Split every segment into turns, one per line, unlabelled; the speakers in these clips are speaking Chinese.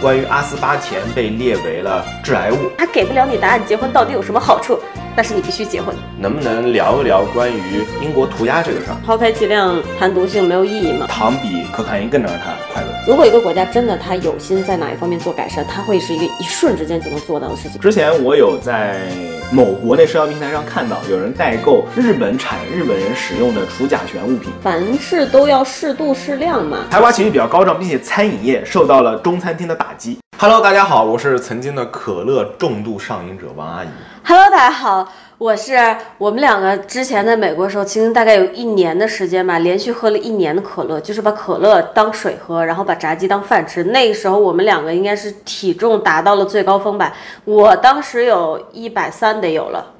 关于阿斯巴甜被列为了致癌物。
他给不了你答案，结婚到底有什么好处？但是你必须结婚。
能不能聊一聊关于英国涂鸦这个事儿？
抛开剂量谈毒性没有意义嘛？
糖比可卡因更让人看快乐。
如果一个国家真的他有心在哪一方面做改善，他会是一个一瞬之间就能做到的事情。
之前我有在某国内社交平台上看到有人代购日本产日本人使用的除甲醛物品。
凡事都要适度适量嘛。
台湾情绪比较高涨，并且餐饮业受到了中餐厅的打击。Hello，大家好，我是曾经的可乐重度上瘾者王阿姨。
Hello，大家好，我是我们两个之前在美国的时候，曾经大概有一年的时间吧，连续喝了一年的可乐，就是把可乐当水喝，然后把炸鸡当饭吃。那个时候我们两个应该是体重达到了最高峰吧，我当时有一百三得有了。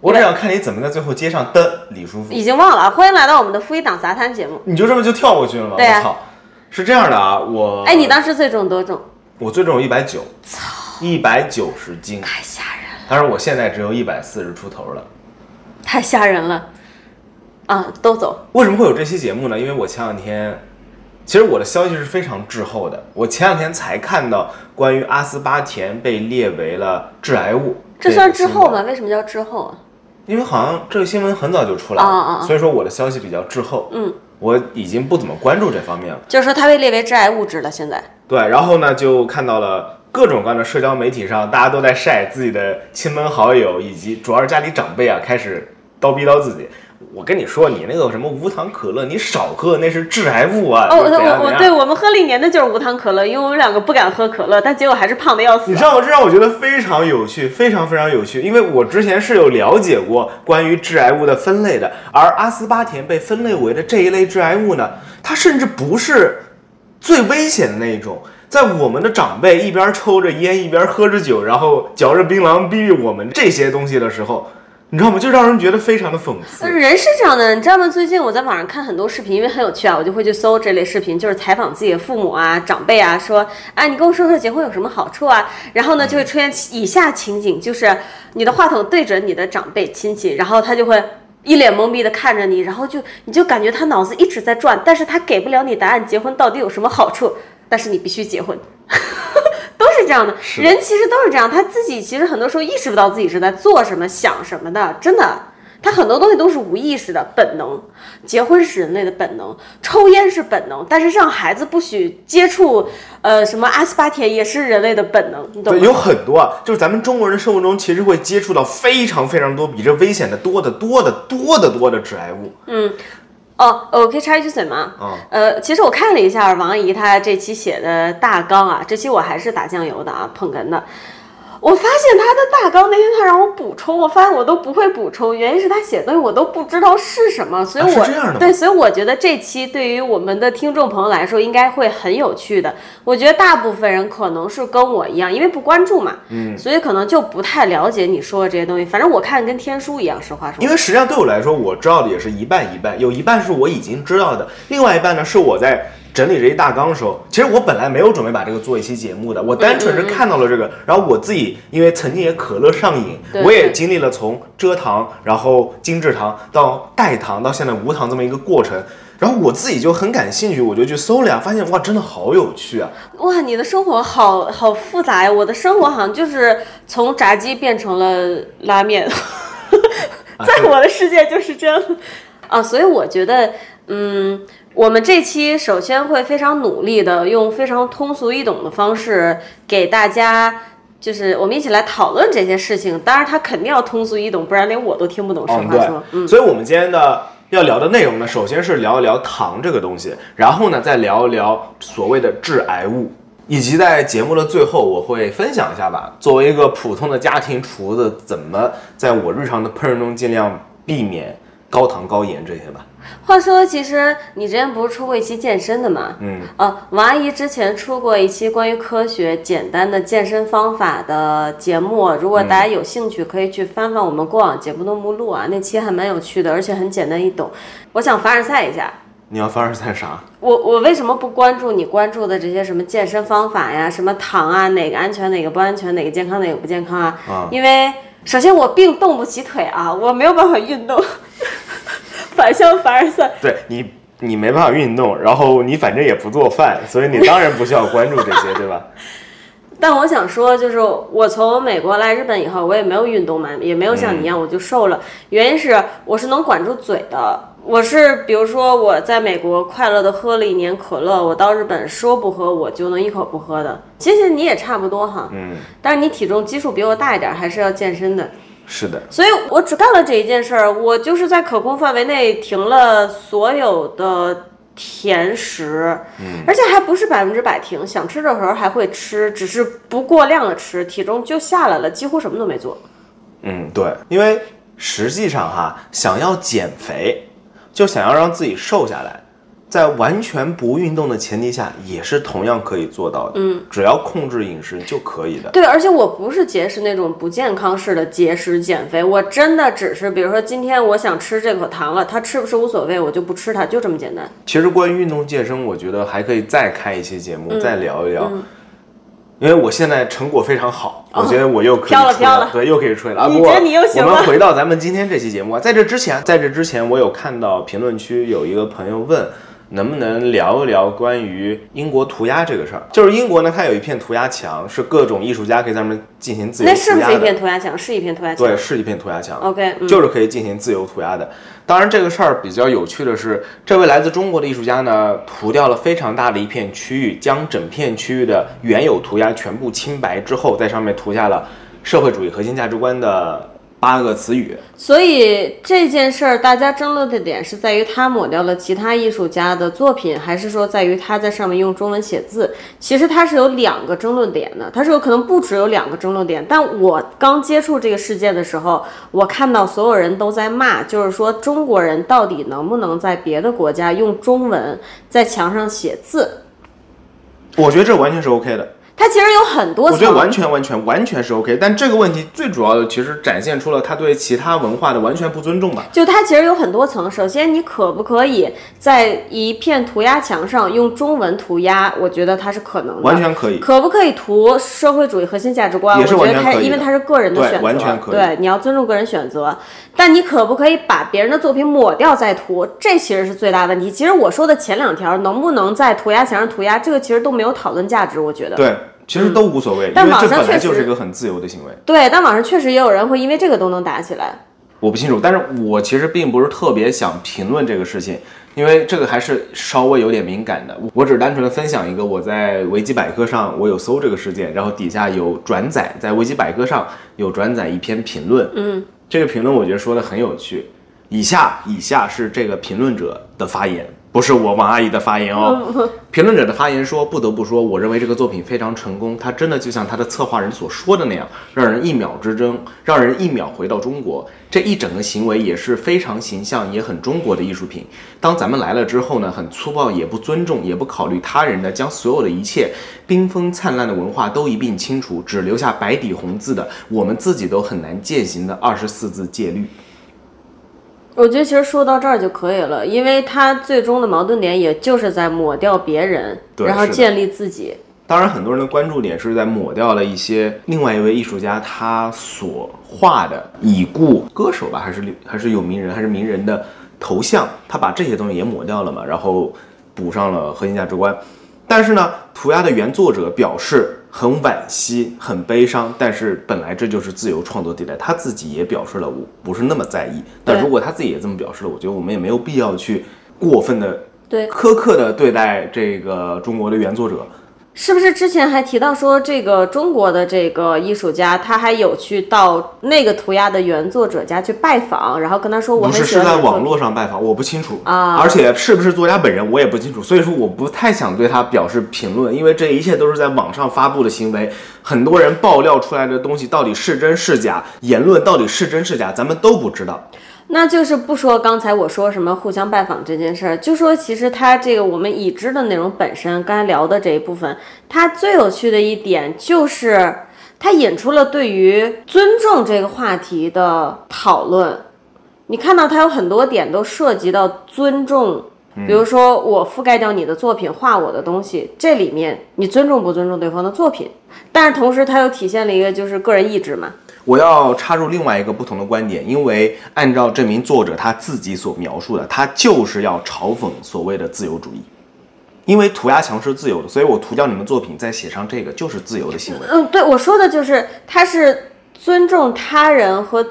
我只想看你怎么在最后接上的李叔父，
已经忘了啊！欢迎来到我们的副一档杂谈节目。
你就这么就跳过去了吗？
对啊
我操！是这样的啊，我
哎，你当时最重多重？
我最重有一百九，一百九十斤，
太吓人了，
当然我现在只有一百四十出头了。
太吓人了！啊，都走，
为什么会有这期节目呢？因为我前两天，其实我的消息是非常滞后的，我前两天才看到关于阿斯巴甜被列为了致癌物，
这算滞后
吗？
吗？为什么叫滞后啊？
因为好像这个新闻很早就出来了，
啊啊啊
所以说我的消息比较滞后。
嗯，
我已经不怎么关注这方面了。
就是说它被列为致癌物质了，现在。
对，然后呢，就看到了各种各样的社交媒体上，大家都在晒自己的亲朋好友，以及主要是家里长辈啊，开始叨逼叨自己。我跟你说，你那个什么无糖可乐，你少喝，那是致癌物啊！
哦，
怎样
我
怎
我
样
对我们喝了一年的就是无糖可乐，因为我们两个不敢喝可乐，但结果还是胖的要死
你。知道吗？这让我觉得非常有趣，非常非常有趣，因为我之前是有了解过关于致癌物的分类的，而阿斯巴甜被分类为的这一类致癌物呢，它甚至不是最危险的那一种。在我们的长辈一边抽着烟一边喝着酒，然后嚼着槟榔逼逼我们这些东西的时候，你知道吗？就让人觉得非常的讽刺。
人是这样的，你知道吗？最近我在网上看很多视频，因为很有趣啊，我就会去搜这类视频，就是采访自己的父母啊、长辈啊，说，哎，你跟我说说结婚有什么好处啊？然后呢，就会出现以下情景，就是你的话筒对准你的长辈亲戚，然后他就会。一脸懵逼的看着你，然后就你就感觉他脑子一直在转，但是他给不了你答案，结婚到底有什么好处？但是你必须结婚， 都是这样的。人其实都是这样，他自己其实很多时候意识不到自己是在做什么、想什么的，真的。他很多东西都是无意识的本能，结婚是人类的本能，抽烟是本能，但是让孩子不许接触，呃，什么阿斯巴甜也是人类的本能，你懂
对，
吗？
有很多啊，就是咱们中国人的生活中，其实会接触到非常非常多比这危险的多得多得多得多的致癌物。
哦，呃我可以插一句嘴吗？
嗯
呃，其实我看了一下王阿姨她这期写的大纲啊，这期我还是打酱油的啊，捧哏的。我发现她的大纲那天她让我补充，我发现我都不会补充，原因是她写的东西我都不知道是什么，所以
啊是
我、
这样的吗
对，所以我觉得这期对于我们的听众朋友来说应该会很有趣的。我觉得大部分人可能是跟我一样，因为不关注嘛，嗯，所以可能就不太了解你说的这些东西。反正我看跟天书一样，实话说
因。为实际上对我来说，我知道的也是一半一半，有一半是我已经知道的，另外一半呢是我在整理这一大纲的时候，其实我本来没有准备把这个做一期节目的，我单
嗯
纯是看到了这个，然后我自己因为曾经也可乐上瘾
对，
我也
对
经历了从蔗糖，然后精制糖到代糖到现在无糖这么一个过程。然后我自己就很感兴趣，我就去搜了呀，发现哇，真的好有趣啊！
哇，你的生活好好复杂呀！我的生活好像就是从炸鸡变成了拉面， 在我的世界就是这样啊，所以我觉得，嗯，我们这期首先会非常努力的用非常通俗易懂的方式给大家。就是我们一起来讨论这些事情，当然它肯定要通俗易懂，不然连我都听不懂。实
嗯，
话说，嗯
对，所以我们今天的要聊的内容呢，首先是聊一聊糖这个东西，然后呢再聊一聊所谓的致癌物，以及在节目的最后我会分享一下吧，作为一个普通的家庭厨子，怎么在我日常的烹饪中尽量避免高糖高盐这些吧。
话说，其实你之前不是出过一期健身的吗？嗯，呃，王阿姨之前出过一期关于科学简单的健身方法的节目，如果大家有兴趣，可以去翻翻我们过往节目的目录啊，那期还蛮有趣的，而且很简单易懂。我想凡尔赛一下，
你要凡尔赛啥？
我我为什么不关注你关注的这些什么健身方法呀，什么糖啊，哪个安全哪个不安全，哪个健康哪个不健康啊？
啊
因为首先我并动不起腿啊，我没有办法运动， 反向凡尔赛。
对你，你没办法运动，然后你反正也不做饭，所以你当然不需要关注这些，对吧？
但我想说，就是我从美国来日本以后，我也没有运动嘛，也没有像你一样我就瘦了。原因是我是能管住嘴的。我是比如说我在美国快乐的喝了一年可乐，我到日本说不喝我就能一口不喝的。其实你也差不多哈，
嗯，
但是你体重基数比我大一点，还是要健身的。
是的，
所以我只干了这一件事儿，我就是在可控范围内停了所有的甜食，
嗯
而且还不是百分之百停，想吃的时候还会吃，只是不过量的吃，体重就下来了，几乎什么都没做。
嗯，对，因为实际上哈，想要减肥，就想要让自己瘦下来，在完全不运动的前提下，也是同样可以做到的。嗯，只要控制饮食就可以的。
对，而且我不是节食那种不健康式的节食减肥，我真的只是，比如说今天我想吃这口糖了，它吃不吃无所谓，我就不吃它，就这么简单。
其实关于运动健身，我觉得还可以再开一期节
嗯
目，再聊一聊。因为我现在成果非常好，我觉得我又可以
哦飘了
吹
飘了
对，又可以吹了啊！
你
不过
觉得你又行
我
了
们回到咱们今天这期节目啊，在这之前，在这之前，我有看到评论区有一个朋友问，能不能聊一聊关于英国涂鸦这个事儿？就是英国呢，它有一片涂鸦墙，是各种艺术家可以在上面进行自由
那是
涂
不
鸦
是一
的
片。涂鸦墙？是一片涂鸦墙。
对，是一片涂鸦墙。
OK，嗯，
就是可以进行自由涂鸦的。当然，这个事儿比较有趣的是，这位来自中国的艺术家呢，涂掉了非常大的一片区域，将整片区域的原有涂鸦全部清白之后，在上面涂下了社会主义核心价值观的八个词语。
所以这件事儿，大家争论的点是在于他抹掉了其他艺术家的作品，还是说在于他在上面用中文写字？其实它是有两个争论点的，它是有可能不只有两个争论点。但我刚接触这个事件的时候，我看到所有人都在骂，就是说中国人到底能不能在别的国家用中文在墙上写字？
我觉得这完全是 OK 的，
它其实有很多
我觉得
层
完全完全完全是 OK。但这个问题最主要的其实展现出了他对其他文化的完全不尊重吧。
就它其实有很多层。首先，你可不可以在一片涂鸦墙上用中文涂鸦？我觉得它是可能的，
完全可以
可不可以涂社会主义核心价值观？
也是
我觉
完
得
全
它
可以的
因为它是个人的
对
选择，
完全可以
对，你要尊重个人选择。但你可不可以把别人的作品抹掉再涂？这其实是最大问题。其实我说的前两条能不能在涂鸦墙上涂鸦，这个其实都没有讨论价值，我觉得。
对，其实都无所谓，
但
因为
网
这
上
本来
确
就是
实
一个很自由的行为。
对，但网上确实也有人会因为这个都能打起来。
我不清楚，但是我其实并不是特别想评论这个事情，因为这个还是稍微有点敏感的。我只是单纯的分享一个我在维基百科上我有搜这个事件，然后底下有转载，在维基百科上有转载一篇评论，嗯，这个评论我觉得说的很有趣。以下以下是这个评论者的发言，不是我王阿姨的发言哦。评论者的发言说：“不得不说，我认为这个作品非常成功，它真的就像他的策划人所说的那样，让人一秒之争，让人一秒回到中国。这一整个行为也是非常形象，也很中国的艺术品。当咱们来了之后呢，很粗暴，也不尊重，也不考虑他人的，将所有的一切缤纷灿烂的文化都一并清除，只留下白底红字的我们自己都很难践行的二十四字戒律。”
我觉得其实说到这儿就可以了，因为他最终的矛盾点也就是在抹掉别人，
对
然后
是的
建立自己。
当然，很多人的关注点是在抹掉了一些另外一位艺术家他所画的已故歌手吧，还是还是有名人，还是名人的头像，他把这些东西也抹掉了嘛，然后补上了核心价值观。但是呢，涂鸦的原作者表示很惋惜、很悲伤，但是本来这就是自由创作地带，他自己也表示了我不是那么在意。但
对
如果他自己也这么表示了，我觉得我们也没有必要去过分的
对，
苛刻的对待这个中国的原作者。
是不是之前还提到说，这个中国的这个艺术家，他还有去到那个涂鸦的原作者家去拜访，然后跟他说我
不是
很喜
是
欢
在
你的作
网
品。
络上拜访，我不清楚
啊
而且是不是作家本人我也不清楚，所以说我不太想对他表示评论，因为这一切都是在网上发布的行为，很多人爆料出来的东西到底是真是假，言论到底是真是假，咱们都不知道。
那就是不说刚才我说什么互相拜访这件事儿，就说其实他这个我们已知的内容本身，刚才聊的这一部分，它最有趣的一点就是它引出了对于尊重这个话题的讨论。你看到它有很多点都涉及到尊重，比如说我覆盖掉你的作品，画我的东西，这里面你尊重不尊重对方的作品？但是同时它又体现了一个就是个人意志嘛，
我要插入另外一个不同的观点，因为按照这名作者他自己所描述的，他就是要嘲讽所谓的自由主义。因为涂鸦墙是自由的，所以我涂掉你们作品，再写上这个就是自由的行为。
嗯，对，我说的就是他是尊重他人和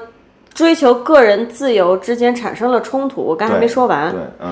追求个人自由之间产生了冲突。我刚才
对
没说完
对，，嗯，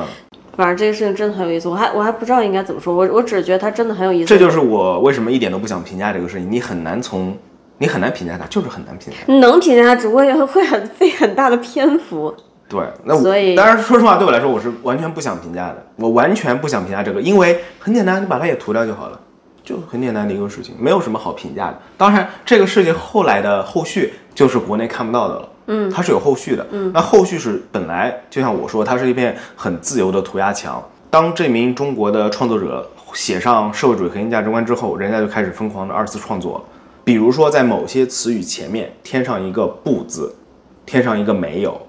反正这个事情真的很有意思，我还我还不知道应该怎么说，我我只是觉得它真的很有意思。
这就是我为什么一点都不想评价这个事情。你很难从，你很难评价它，就是很难评价。
能评价它，只不过 会很费很大的篇幅。
对，那我
所以
当然说实话，对我来说我是完全不想评价的，我完全不想评价这个，因为很简单，你把它也涂掉就好了，就很简单的一个事情，没有什么好评价的。当然，这个事情后来的后续就是国内看不到的了。嗯，它是有后续的。嗯，那后续是本来就像我说，它是一片很自由的涂鸦墙。当这名中国的创作者写上社会主义核心价值观之后，人家就开始疯狂的二次创作了。比如说，在某些词语前面添上一个“不”字，添上一个“没有”，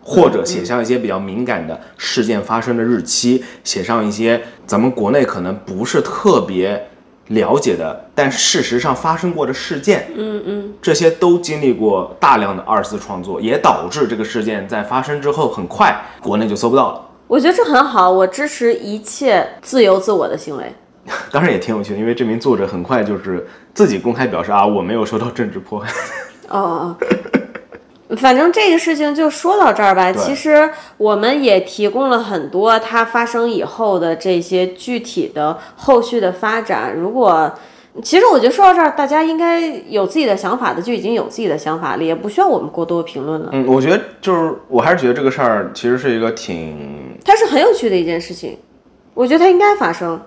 或者写上一些比较敏感的事件发生的日期，写上一些咱们国内可能不是特别了解的，但事实上发生过的事件，
嗯嗯，
这些都经历过大量的二次创作，也导致这个事件在发生之后很快国内就搜不到了。
我觉得这很好，我支持一切自由自我的行为。
当然也挺有趣的，因为这名作者很快就是自己公开表示啊，我没有受到政治迫害。
哦，哦， 反正这个事情就说到这儿吧。
对
其实我们也提供了很多它发生以后的这些具体的后续的发展。如果其实我觉得说到这儿，大家应该有自己的想法的，就已经有自己的想法了，也不需要我们过多评论了。
嗯，我觉得就是我还是觉得这个事儿其实是一个挺
它是很有趣的一件事情，我觉得它应该发生，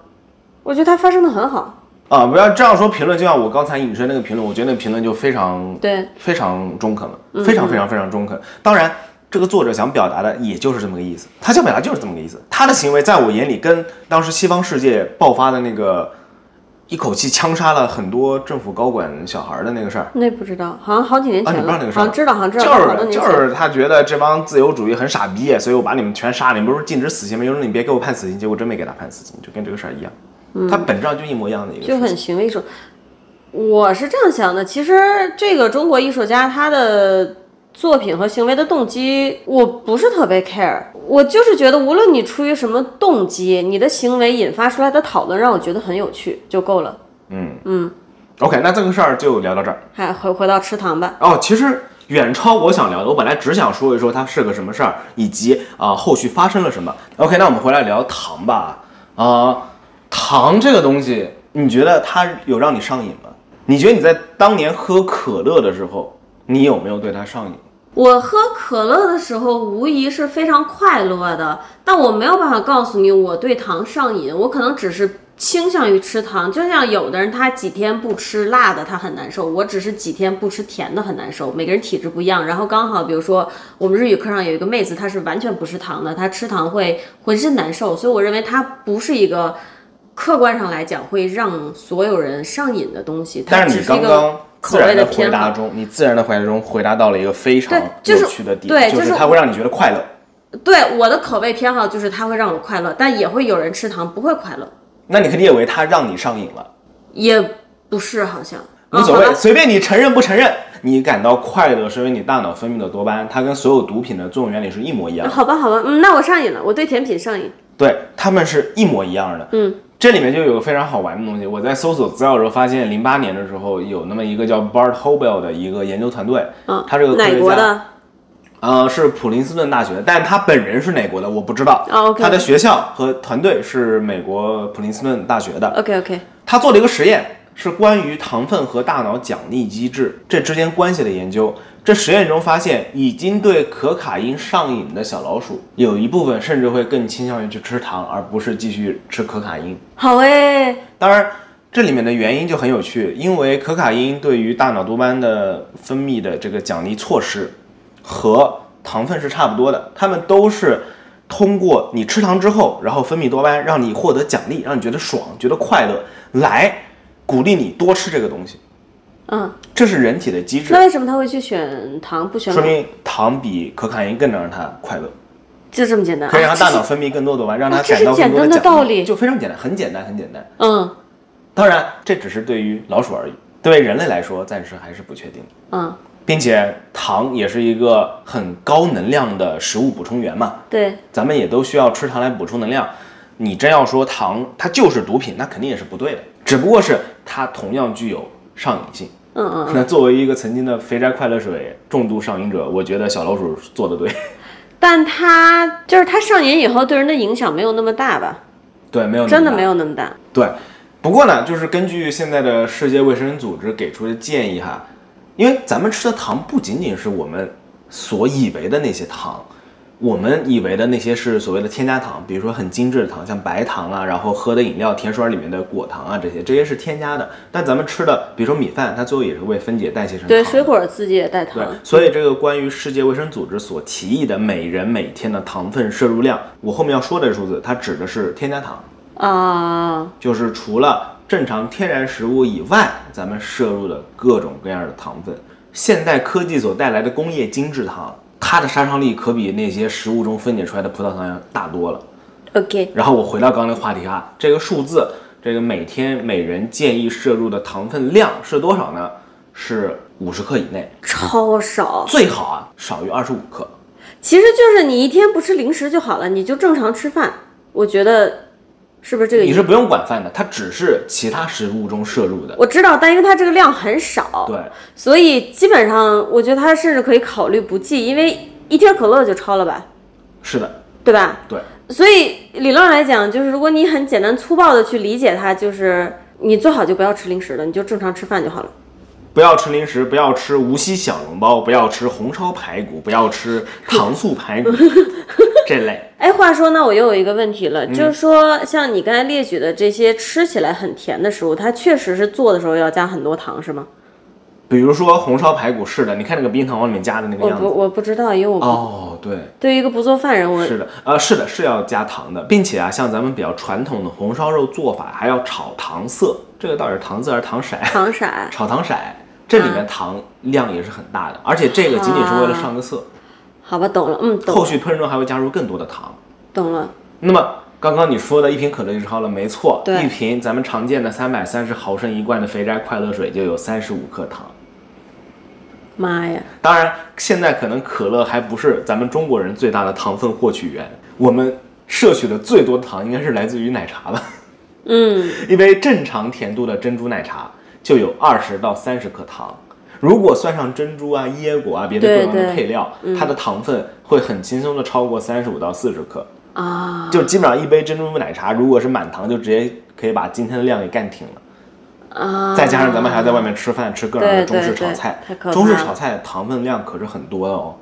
我觉得它发生的很好。
啊，不要这样说评论，就像我刚才引申那个评论，我觉得那个评论就非常
对，
非常中肯了，
嗯
非常非常非常中肯。当然，这个作者想表达的也就是这么个意思，他想表达就是这么个意思。他的行为在我眼里，跟当时西方世界爆发的那个一口气枪杀了很多政府高管小孩的那个事儿，
那不知道，好像好几年
啊你
前
不知道
了，
那个事儿
好像知道，好像知
就
道，好多
是
年
就
前。
是他觉得这帮自由主义很傻逼，所以我把你们全杀了。你们不是禁止死刑吗？有种你别给我判死刑，结果真没给他判死刑，就跟这个事儿一样。他本质上就一模一样的一个事
嗯就
情。
很行为艺术。我是这样想的，其实这个中国艺术家他的作品和行为的动机，我不是特别 care。我就是觉得，无论你出于什么动机，你的行为引发出来的讨论让我觉得很有趣就够了。
OK，那这个事儿就聊到这儿。
还哎回回到池塘吧，
哦，其实远超我想聊的，我本来只想说一说它是个什么事儿，以及啊、后续发生了什么。OK，那我们回来聊糖吧。啊、糖这个东西，你觉得它有让你上瘾吗？你觉得你在当年喝可乐的时候，你有没有对它上瘾？
我喝可乐的时候，无疑是非常快乐的，但我没有办法告诉你我对糖上瘾，我可能只是倾向于吃糖。就像有的人他几天不吃辣的，他很难受；我只是几天不吃甜的很难受。每个人体质不一样，然后刚好比如说我们日语课上有一个妹子，她是完全不吃糖的，她吃糖会浑身难受，所以我认为它不是一个。客观上来讲，会让所有人上瘾的东西，它
但是
只
你
是
刚
一个
刚自
口味
然
的
的回
偏
答
好。
中，你自然的回答中回答到了一个非常
对就
有
是
趣的点，
对
就
就是是
它会让你觉得快乐。
对我的口味偏好就是它会让我快乐，但也会有人吃糖不会快乐，
那你可以理解为它让你上瘾了。
也不是好像
无所谓，
啊好吧
随便你承认不承认。你感到快乐是因为你大脑分泌的多巴胺，它跟所有毒品的作用原理是一模一样的。
好吧，好吧，嗯，那我上瘾了，我对甜品上瘾。
对，它们是一模一样的。
嗯，
这里面就有个非常好玩的东西。我在搜索资料的时候发现，零八年的时候有那么一个叫 Bart Hobel 的一个研究团队，
嗯，
他这个科
哪
学
国
家
的？
呃，是普林斯顿大学的，但他本人是哪国的我不知道。
哦，OK
他的学校和团队是美国普林斯顿大学的。
OK OK，
他做了一个实验，是关于糖分和大脑奖励机制这之间关系的研究。这实验中发现，已经对可卡因上瘾的小老鼠，有一部分甚至会更倾向于去吃糖，而不是继续吃可卡因。
好诶，
当然，这里面的原因就很有趣，因为可卡因对于大脑多巴胺的分泌的这个奖励措施和糖分是差不多的，它们都是通过你吃糖之后，然后分泌多巴胺，让你获得奖励，让你觉得爽、觉得快乐，来鼓励你多吃这个东西。
嗯，
这是人体的机制
那，为什么他会去选糖不选
说
奶？
明糖比可卡因更能让他快乐，
就这么简单。
可以让
啊
他 大脑分泌更多多巴胺，让他
啊这
感
是
到更多
简单的
奖励，
道理
就非常简单，很简单，很简单。
嗯
当然，这只是对于老鼠而已，对于人类来说，暂时还是不确定的。
嗯，
并且糖也是一个很高能量的食物补充源嘛，
对，
咱们也都需要吃糖来补充能量。你真要说糖它就是毒品，那肯定也是不对的，只不过是它同样具有上瘾性。
嗯嗯，
那作为一个曾经的肥宅快乐水重度上瘾者，我觉得小老鼠做的对，
但它就是它上瘾以后对人的影响没有那么大吧？
对，没有那么
真的
大
没有那么大。
对，不过呢，就是根据现在的世界卫生组织给出的建议哈，因为咱们吃的糖不仅仅是我们所以为的那些糖，我们以为的那些是所谓的添加糖，比如说很精致的糖，像白糖啊，然后喝的饮料、甜水里面的果糖啊，这些这些是添加的。但咱们吃的，比如说米饭，它最后也是会分解代谢成糖
对，
的。
水果自己也带
对
糖，，
所以这个关于世界卫生组织所提议的每人每天的糖分摄入量，我后面要说的这个数字，它指的是添加糖。
啊，
就是除了正常天然食物以外，咱们摄入的各种各样的糖分。现代科技所带来的工业精制糖，它的杀伤力可比那些食物中分解出来的葡萄糖要大多了。
OK，
然后我回到刚刚那个话题啊，这个数字，这个每天每人建议摄入的糖分量是多少呢？是五十克以内，
超少。
最好啊少于二十五克。
其实就是你一天不吃零食就好了，你就正常吃饭。我觉得是不是这个意
你
思？
是不用管饭的，它只是其他食物中摄入的。
我知道，但因为它这个量很少，
对，
所以基本上我觉得它甚至可以考虑不计，因为一瓶可乐就超了吧，
是的，
对吧？
对。
所以理论来讲，就是如果你很简单粗暴的去理解它，就是你最好就不要吃零食了，你就正常吃饭就好了。
不要吃零食，不要吃无锡小笼包，不要吃红烧排骨，不要吃糖醋排 骨这类。
哎，话说那我又有一个问题
嗯
了，就是说像你刚才列举的这些吃起来很甜的食物，它确实是做的时候要加很多糖，是吗？
比如说红烧排骨，是的，你看那个冰糖往里面加的那个
我
样
不
子。
我不知道，因为我不、
哦，对，
对于一个不做饭人，我
是 的，呃，是的，是要加糖的，并且啊，像咱们比较传统的红烧肉做法，还要炒糖色，这个到底是糖色还是糖色？
糖色。
炒糖色，这里
啊
面糖量也是很大的，而且这个仅仅是为了上个色，
好吧，懂了，嗯，啊懂
后
了
续烹饪中还会加入更多的糖。
懂了，
那么刚刚你说的一瓶可乐就超了，没错，
对
一瓶咱们常见的三百三十毫升一罐的肥宅快乐水就有三十五克糖。
妈呀，
当然，现在可能可乐还不是咱们中国人最大的糖分获取源，我们摄取的最多的糖应该是来自于奶茶吧，
嗯，
因为正常甜度的珍珠奶茶就有二十到三十克糖。如果算上珍珠啊、椰果啊、别的各种
对
的
对嗯
配料，它的糖分会很轻松的超过三十五到四十克。
啊，
就基本上一杯珍珠奶茶，如果是满糖，就直接可以把今天的量给干停了。
啊，
再加上咱们还在外面吃饭，吃各种的
对
中
对
式炒
对
菜
太可怕，了
中式炒菜糖分量可是很多的哦。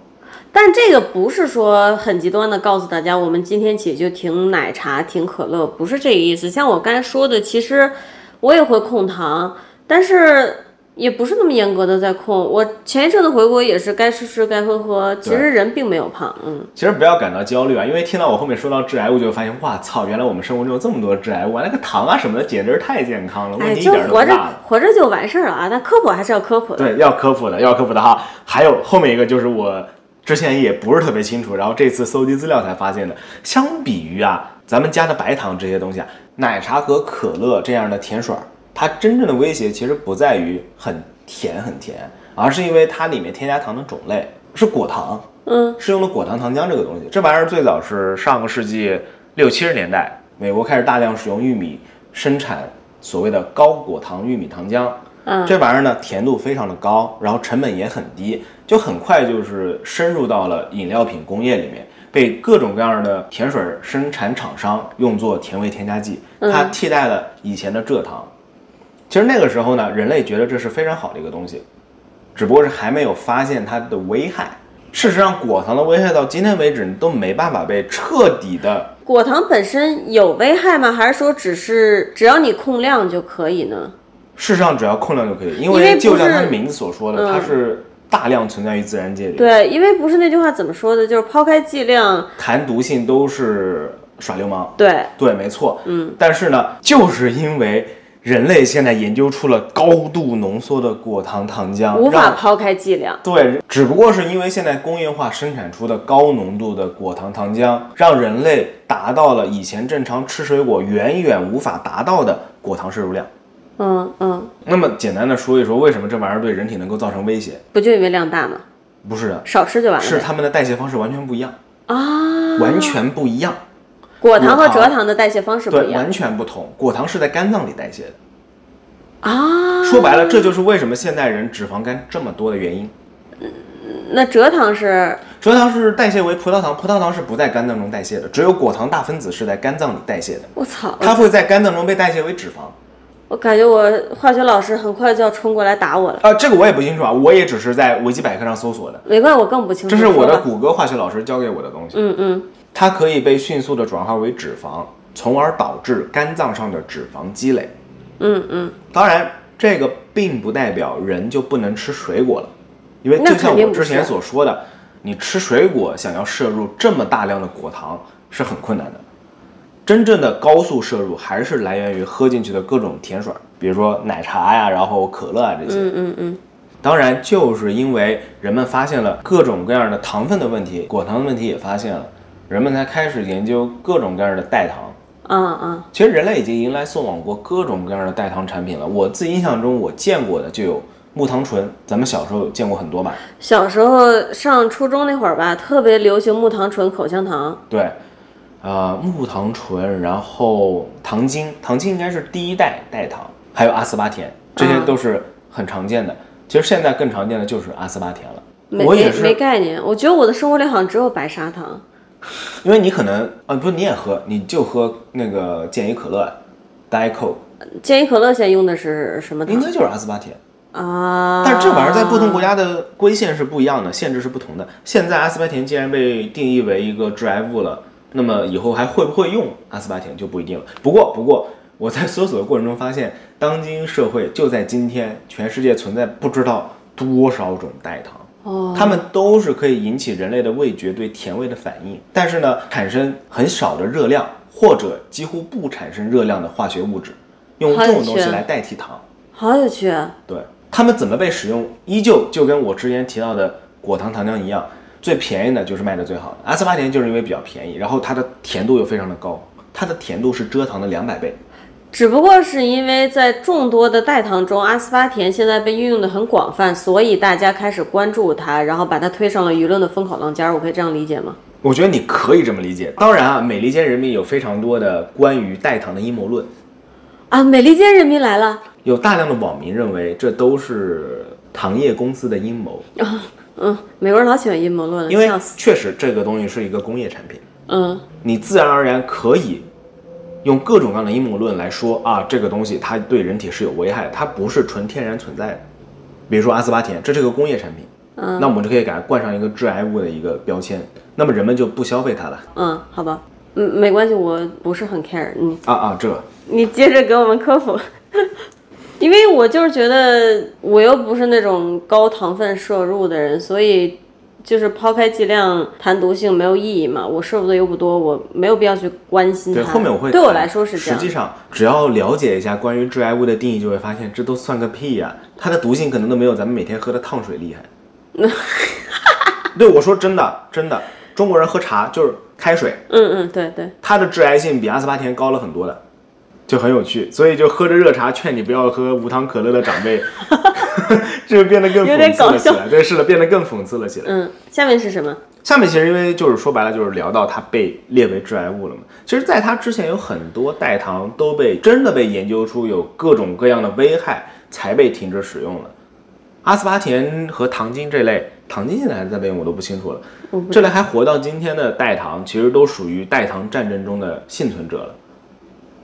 但这个不是说很极端的告诉大家，我们今天起就停奶茶、停可乐，不是这个意思。像我刚才说的，其实我也会控糖，但是也不是那么严格的在控。我前一阵子回国也是该吃吃，该喝喝，其实人并没有胖，嗯，
其实不要感到焦虑啊，因为听到我后面说到致癌物，就会发现，哇操，原来我们生活中有这么多致癌物啊，那个糖啊什么的，简直是太健康了，
哎，
问题一
就
点儿都
活
不
着
大。
活着就完事儿了啊。但科普还是要科普的，
对，要科普的，要科普的哈。还有后面一个就是我之前也不是特别清楚，然后这次搜集资料才发现的。相比于啊，咱们家的白糖这些东西啊，奶茶和可乐这样的甜水儿，它真正的威胁其实不在于很甜很甜，而是因为它里面添加糖的种类是果糖，
嗯，
是用的果糖糖浆这个东西。这玩意儿最早是上个世纪六七十年代，美国开始大量使用玉米生产所谓的高果糖玉米糖浆。
嗯
这玩意儿呢，甜度非常的高，然后成本也很低，就很快就是深入到了饮料品工业里面，被各种各样的甜水生产厂商用作甜味添加剂，它替代了以前的蔗糖。其实那个时候呢，人类觉得这是非常好的一个东西，只不过是还没有发现它的危害。事实上，果糖的危害到今天为止都没办法被彻底的。
果糖本身有危害吗？还是说只是只要你控量就可以呢？
事实上，只要控量就可以，因
因为
为
不
就像
是
它的名字所说的，
嗯
它是大量存在于自然界里，
对，因为不是那句话怎么说的，就是抛开剂量，
谈毒性都是耍流氓。
对，
对，没错。嗯，但是呢，就是因为人类现在研究出了高度浓缩的果糖糖浆，
无法
让
抛开剂量。
对，只不过是因为现在工业化生产出的高浓度的果糖糖浆，让人类达到了以前正常吃水果远远无法达到的果糖摄入量。
嗯嗯，
那么简单的说一说，为什么这玩意儿对人体能够造成威胁？
不就因为量大吗？
不是的，
少吃就完了呗。
是它们的代谢方式完全不一样，
啊，
完全不一样。
果糖和蔗糖的代谢方式不
对
一样
完全不同，果糖是在肝脏里代谢的。
啊。
说白了，这就是为什么现代人脂肪肝这么多的原因。
那蔗糖是
蔗糖是代谢为葡萄糖，葡萄糖是不在肝脏中代谢的，只有果糖大分子是在肝脏里代谢的，
我操，
它会在肝脏中被代谢为脂肪。
我感觉我化学老师很快就要冲过来打我了。
呃，这个我也不清楚啊，我也只是在维基百科上搜索的，
没怪我更不清楚。
这是我
说
的
吧
谷歌化学老师教给我的东西。
嗯嗯，
它可以被迅速的转化为脂肪，从而导致肝脏上的脂肪积累。
嗯嗯，
当然，这个并不代表人就不能吃水果了，因为
那
就像
肯定
我之
不是啊
前所说的，你吃水果想要摄入这么大量的果糖是很困难的。真正的高速摄入还是来源于喝进去的各种甜水儿，比如说奶茶呀，然后可乐啊这些。
嗯嗯嗯，
当然，就是因为人们发现了各种各样的糖分的问题，果糖的问题也发现了，人们才开始研究各种各样的代糖。
啊啊，
其实人类已经迎来送往过各种各样的代糖产品了。我自己印象中，我见过的就有木糖醇，咱们小时候有见过很多吧？
小时候上初中那会儿吧，特别流行木糖醇口香糖。
对，呃，木糖醇，然后糖精，糖精应该是第一代代糖，还有阿斯巴甜，这些
嗯
都是很常见的。其实现在更常见的就是阿斯巴甜了。
没
我也
没
是
没概念，我觉得我的生活里好像只有白砂糖。
因为你可能啊，不是你也喝，你就喝那个健怡可乐，Diet Coke，
健怡可乐现在用的是什么
应
糖
该就是阿斯巴甜。
啊？
但是这玩意儿在不同国家的规限是不一样的，限制是不同的。现在阿斯巴甜既然被定义为一个致癌物了，那么以后还会不会用阿斯巴甜就不一定了。不过，不过我在搜索的过程中发现，当今社会就在今天，全世界存在不知道多少种代糖。
哦，
它们都是可以引起人类的味觉对甜味的反应，但是呢，产生很少的热量或者几乎不产生热量的化学物质，用这种东西来代替糖。
好有趣啊。
对，它们怎么被使用，依旧就跟我之前提到的果糖糖浆一样，最便宜的就是卖的最好的。阿斯巴甜就是因为比较便宜，然后它的甜度又非常的高，它的甜度是蔗糖的两百倍。
只不过是因为在众多的代糖中，阿斯巴甜现在被运用的很广泛，所以大家开始关注它，然后把它推上了舆论的风口浪尖儿。我可以这样理解吗？
我觉得你可以这么理解。当然啊，美利坚人民有非常多的关于代糖的阴谋论。
啊，美利坚人民来了，
有大量的网民认为这都是糖业公司的阴谋，
嗯，美国人老喜欢阴谋论了，
因为
笑死。
确实这个东西是一个工业产品，
嗯，
你自然而然可以用各种各样的阴谋论来说啊，这个东西它对人体是有危害的，它不是纯天然存在的。比如说阿斯巴甜，这是个工业产品，
嗯
那我们就可以给它冠上一个致癌物的一个标签，那么人们就不消费它了。
嗯，好吧，嗯，没关系，我不是很 care 你，
啊啊，这个
你接着给我们科普。 因为我就是觉得我又不是那种高糖分摄入的人，所以就是抛开剂量谈毒性没有意义嘛。我摄入的又不多，我没有必要去关心它。
对，后面我会
对我
谈
来说是这
实
样
际。上，只要了解一下关于致癌物的定义，就会发现这都算个屁呀、它的毒性可能都没有咱们每天喝的烫水 厉害。对，我说真的，真的，中国人喝茶就是开水，
嗯嗯，对对，
它的致癌性比阿斯巴甜高了很多的，就很有趣。所以就喝着热茶，劝你不要喝无糖可乐的长辈， 这就变得更
有点
讽刺了
搞
起
笑
来。对，是的，变得更讽刺了起来。
嗯，下面是什么？
下面其实因为就是说白了就是聊到它被列为致癌物了嘛。其实，在它之前有很多代糖都被真的被研究出有各种各样的危害，才被停止使用了。阿斯巴甜和糖精这类，糖精现在还在被用，我都不清楚了。这类还活到今天的代糖，其实都属于代糖战争中的幸存者了。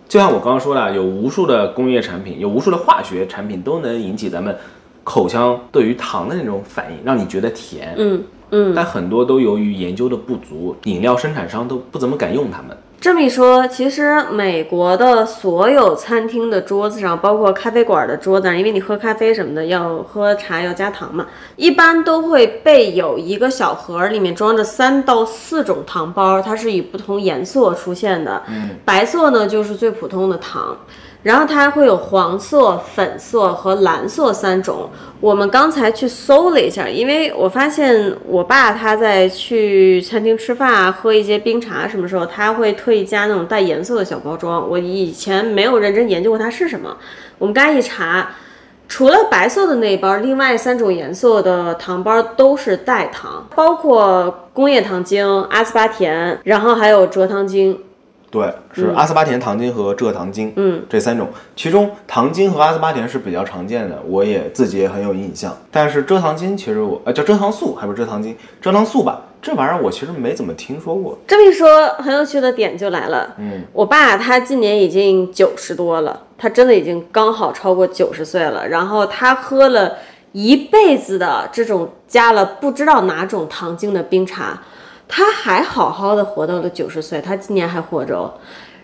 就像我刚刚说的，有无数的工业产品，有无数的化学产品都能引起咱们口腔对于糖的那种反应，让你觉得甜。
嗯嗯，
但很多都由于研究的不足，饮料生产商都不怎么敢用它们。
这么一说，其实美国的所有餐厅的桌子上，包括咖啡馆的桌子上，因为你喝咖啡什么的要喝茶要加糖嘛，一般都会备有一个小盒儿，里面装着三到四种糖包，它是以不同颜色出现的。白色呢就是最普通的糖。然后它还会有黄色、粉色和蓝色三种。我们刚才去搜了一下，因为我发现我爸他在去餐厅吃饭啊、喝一些冰茶什么时候，他会特意加那种带颜色的小包装。我以前没有认真研究过它是什么。我们刚才一查，除了白色的那一包，另外三种颜色的糖包都是代糖，包括工业糖精、阿斯巴甜，然后还有蔗糖精。
对，是阿斯巴甜糖精和蔗糖精，嗯，这三种，其中糖精和阿斯巴甜是比较常见的，我也自己也很有印象。但是蔗糖精其实我呃叫蔗糖素，还不是蔗糖精，蔗糖素吧，这玩意儿我其实没怎么听说过。
这么一说，很有趣的点就来了。嗯，我爸他今年已经九十多了，他真的已经刚好超过九十岁了。然后他喝了一辈子的这种加了不知道哪种糖精的冰茶，他还好好的活到了九十岁，他今年还活着哦。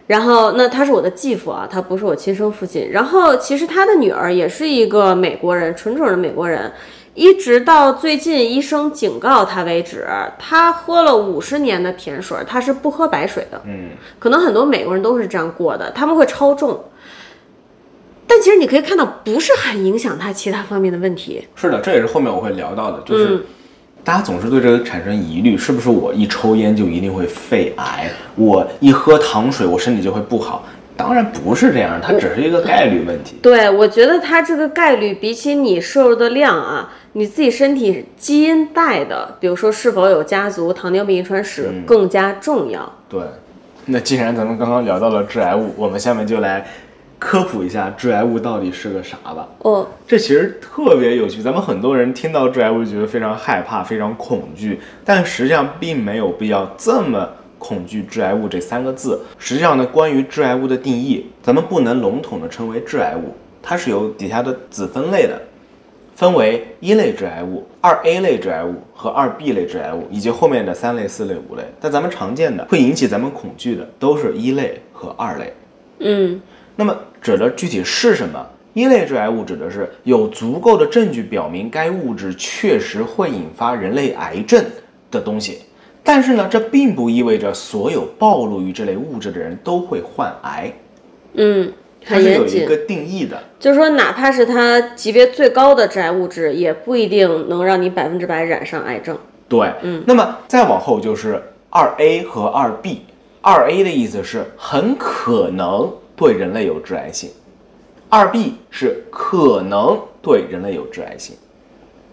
然后，那他是我的继父啊，他不是我亲生父亲。然后，其实他的女儿也是一个美国人，纯种的美国人。一直到最近医生警告他为止，他喝了五十年的甜水，他是不喝白水的。嗯，可能很多美国人都是这样过的，他们会超重。但其实你可以看到，不是很影响他其他方面的问题。
是的，这也是后面我会聊到的，就是、大家总是对这个产生疑虑，是不是我一抽烟就一定会肺癌？我一喝糖水，我身体就会不好？当然不是这样，它只是一个概率问题。
对，我觉得它这个概率比起你摄入的量啊，你自己身体基因带的，比如说是否有家族糖尿病遗传史
嗯
更加重要。
对，那既然咱们刚刚聊到了致癌物，我们下面就来科普一下致癌物到底是个啥吧。
哦，
这其实特别有趣，咱们很多人听到致癌物就觉得非常害怕、非常恐惧，但实际上并没有必要这么恐惧致癌物这三个字。实际上呢，关于致癌物的定义，咱们不能笼统的称为致癌物，它是有底下的子分类的，分为一类致癌物、二 A 类致癌物和二 B 类致癌物，以及后面的三类、四类、五类。但咱们常见的会引起咱们恐惧的，都是一类和二类。
嗯，
那么指的具体是什么？一类致癌物指的是有足够的证据表明该物质确实会引发人类癌症的东西，但是呢，这并不意味着所有暴露于这类物质的人都会患癌，
嗯，
它
很
是
严
有一
谨。
个定义的。
就是说，哪怕是它级别最高的致癌物质，也不一定能让你百分之百染上癌症。
对，嗯，那么再往后就是二 A 和二 B。二 A 的意思是很可能对人类有致癌性，二 B 是可能对人类有致癌性。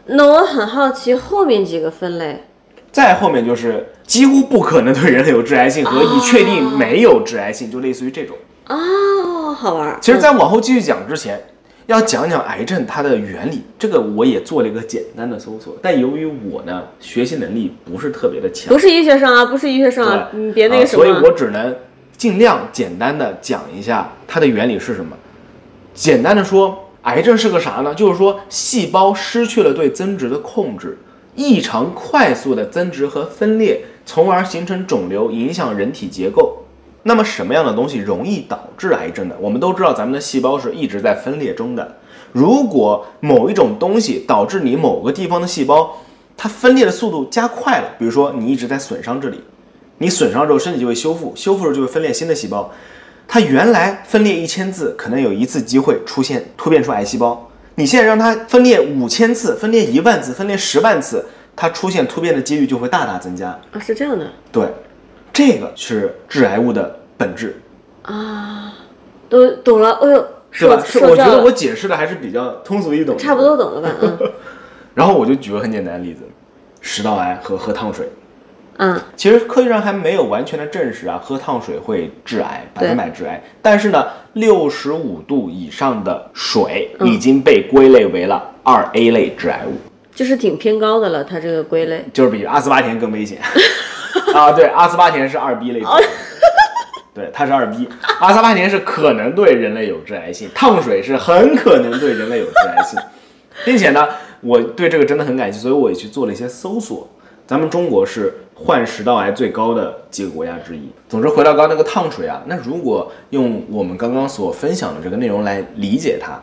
那我很好奇后面几个分类，
再后面就是几乎不可能对人类有致癌性和已确定没有致癌性，就类似于这种。
哦，好玩儿。
其实，在往后继续讲之前，要讲讲癌症它的原理。这个我也做了一个简单的搜索，但由于我呢学习能力不是特别的强
不，是医学生啊，不是医学生啊，
对
你别那个
啊
什么
所以
啊。
我只能尽量简单的讲一下它的原理是什么。简单的说，癌症是个啥呢？就是说细胞失去了对增殖的控制，异常快速的增殖和分裂，从而形成肿瘤，影响人体结构。那么什么样的东西容易导致癌症呢？我们都知道咱们的细胞是一直在分裂中的。如果某一种东西导致你某个地方的细胞它分裂的速度加快了，比如说你一直在损伤这里，你损伤之后身体就会修复，修复之后就会分裂新的细胞。它原来分裂一千次，可能有一次机会出现突变出癌细胞。你现在让它分裂五千次、分裂一万次、分裂十万次，它出现突变的几率就会大大增加。
啊，是这样的
对，这个是致癌物的本质，
啊，都懂了。哎呦，
对
受
吧？是，
受
我
教
觉得
了
我，解释的还是比较通俗易懂的，
差不多懂了吧？嗯
然后我就举个很简单的例子，食道癌和喝烫水。
嗯，
其实科学上还没有完全的证实啊，喝烫水会致癌，百分百致癌。但是呢，六十五度以上的水已经被归类为了二 A 类致癌物，
就是挺偏高的了，它这个归类。
就是比阿斯巴甜更危险啊。对，阿斯巴甜是二 B 类致癌物， 对，它是二 B。阿斯巴甜是可能对人类有致癌性，烫水是很可能对人类有致癌性，并且呢，我对这个真的很感兴趣，所以我也去做了一些搜索。咱们中国是患食道癌最高的几个国家之一。总之，回到刚刚那个烫水啊，那如果用我们刚刚所分享的这个内容来理解它，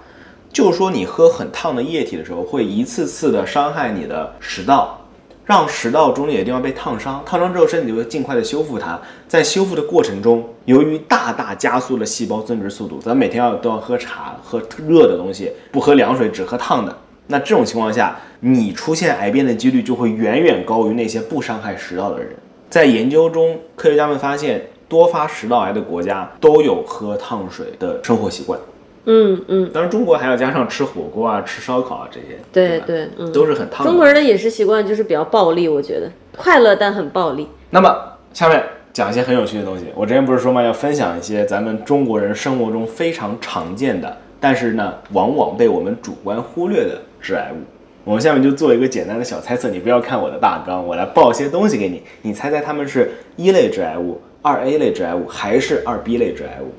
就是说你喝很烫的液体的时候，会一次次的伤害你的食道，让食道中间有地方被烫伤，烫伤之后身体就会尽快的修复它。在修复的过程中，由于大大加速了细胞增殖速度，咱每天要都要喝茶，喝热的东西，不喝凉水，只喝烫的。那这种情况下，你出现癌变的几率就会远远高于那些不伤害食道的人。在研究中，科学家们发现，多发食道癌的国家都有喝烫水的生活习惯。
嗯嗯，
当然，中国还要加上吃火锅啊、吃烧烤啊这些，
对
吧
对，嗯，
都是很烫的。
中国人的饮食习惯就是比较暴力，我觉得快乐但很暴力。
那么下面讲一些很有趣的东西。我之前不是说嘛，要分享一些咱们中国人生活中非常常见的，但是呢，往往被我们主观忽略的致癌物。我们下面就做一个简单的小猜测，你不要看我的大纲，我来报一些东西给你，你猜猜它们是一类致癌物、二 A 类致癌物还是二 B 类致癌物？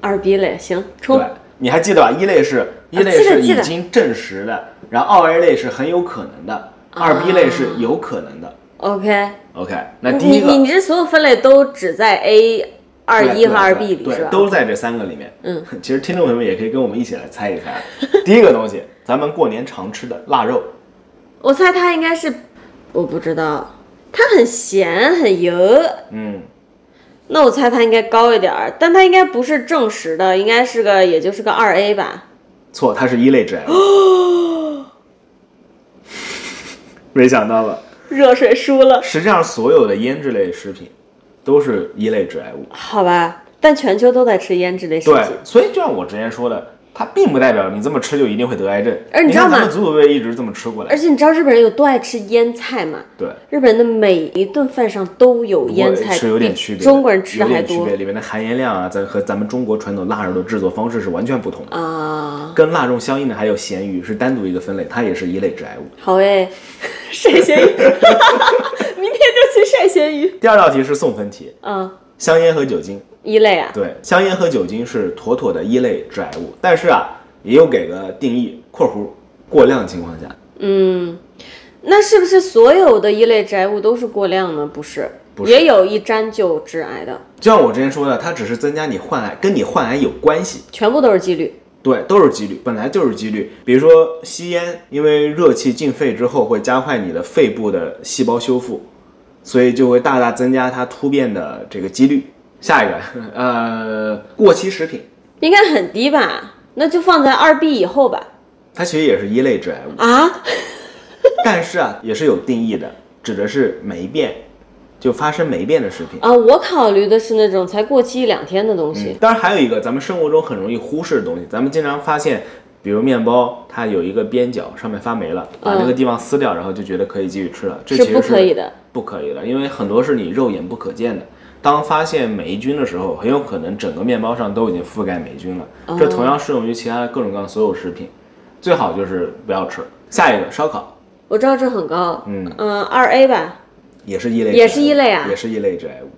二逼嘞，行冲
对，，你还记得吧？一类是一类
呃记得
是
记
已
得
经证实的，然后二 A 类是很有可能的，
啊
二 B 类是有可能的。
OK，
OK，那第
你
一
你
个
你这所有分类都只在 A 二
对
一和
对
二
对
B 里
对
是吧？
都在这三个里面。
嗯，
其实听众朋友们也可以跟我们一起来猜一猜啊。 第一个东西，咱们过年常吃的腊肉，
我猜它应该是，我不知道，它很咸很油，
嗯，
那我猜它应该高一点儿，但它应该不是正十的，应该是个也就是个二 A 吧。
错，它是一类致癌物。 没想到吧？
热水输了，
实际上，所有的腌制类食品都是一类致癌物。
好吧，但全球都在吃腌制类食
对
品，，
所以就像我之前说的，它并不代表你这么吃就一定会得癌症。
而你知道
看咱
吗
们祖祖辈辈一直这么吃过来
而。且你知道日本人有多爱吃腌菜吗？
对，
日本人的每一顿饭上都有
不
腌
过
菜，
是有点
比
区别的，
中国人吃的
有
还
点区
多
别，里面的含盐量啊，咱和咱们中国传统腊肉的制作方式是完全不同的。
啊。
跟腊肉相应的还有咸鱼，是单独一个分类，它也是一类致癌物。
好 诶，晒咸鱼， 明天就去晒咸鱼。
第二道题是送分题，
嗯，
香烟和酒精。
一类啊，
对，香烟和酒精是妥妥的一类致癌物，但是啊，也有给个定义（括弧过量情况下
嗯，那是不是所有的一类致癌物都是过量呢？不是，
不是
也有一沾就致癌的，）。
就像我之前说的，它只是增加你患癌，跟你患癌有关系。
全部都是几率。
对，都是几率，本来就是几率。比如说吸烟，因为热气进肺之后会加快你的肺部的细胞修复，所以就会大大增加它突变的这个几率。下一个， 呃，过期食品，
应该很低吧？那就放在二 B 以后吧。
它其实也是一类致癌物，
啊，
但是啊，也是有定义的，指的是霉变，就发生霉变的食品。
啊，我考虑的是那种才过期一两天的东西。
当然还有一个咱们生活中很容易忽视的东西，咱们经常发现，比如面包，它有一个边角上面发霉了，把
嗯
这个地方撕掉，然后就觉得可以继续吃了，这
是
其实
不可以的，
不可以的，因为很多是你肉眼不可见的。当发现霉菌的时候，很有可能整个面包上都已经覆盖霉菌了。
哦
这同样适用于其他各种各样的所有食品，最好就是不要吃。下一个烧烤
我知道这很高，
嗯
二 A 吧，
也是一类致癌物，
也是一类啊
也是一类致癌物，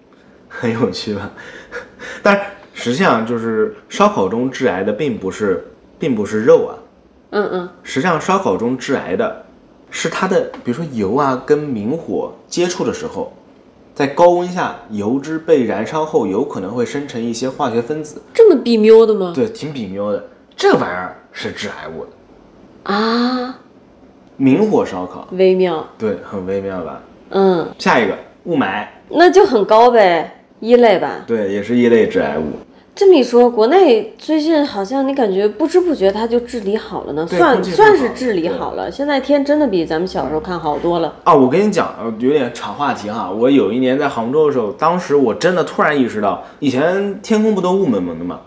很有趣吧？ 但是实际上就是烧烤中致癌的并不是并不是肉啊，
嗯嗯，
实际上烧烤中致癌的是它的，比如说油啊跟明火接触的时候，在高温下油脂被燃烧后，有可能会生成一些化学分子，
这么比喵的吗？
对，挺比喵的，这玩意儿是致癌物的。
啊，
明火烧烤，
微妙，
对，很微妙吧？
嗯，
下一个雾霾，
那就很高呗，一类吧。
对，也是一类致癌物。
这么一说，国内最近好像你感觉不知不觉它就治理好了呢，
对
算
估计是
算
好
是
了
治理
对嗯
好了。现在天真的比咱们小时候看好多了。
啊，我跟你讲，呃，有点岔话题哈。我有一年在杭州的时候，当时我真的突然意识到，以前天空不都雾蒙蒙的吗？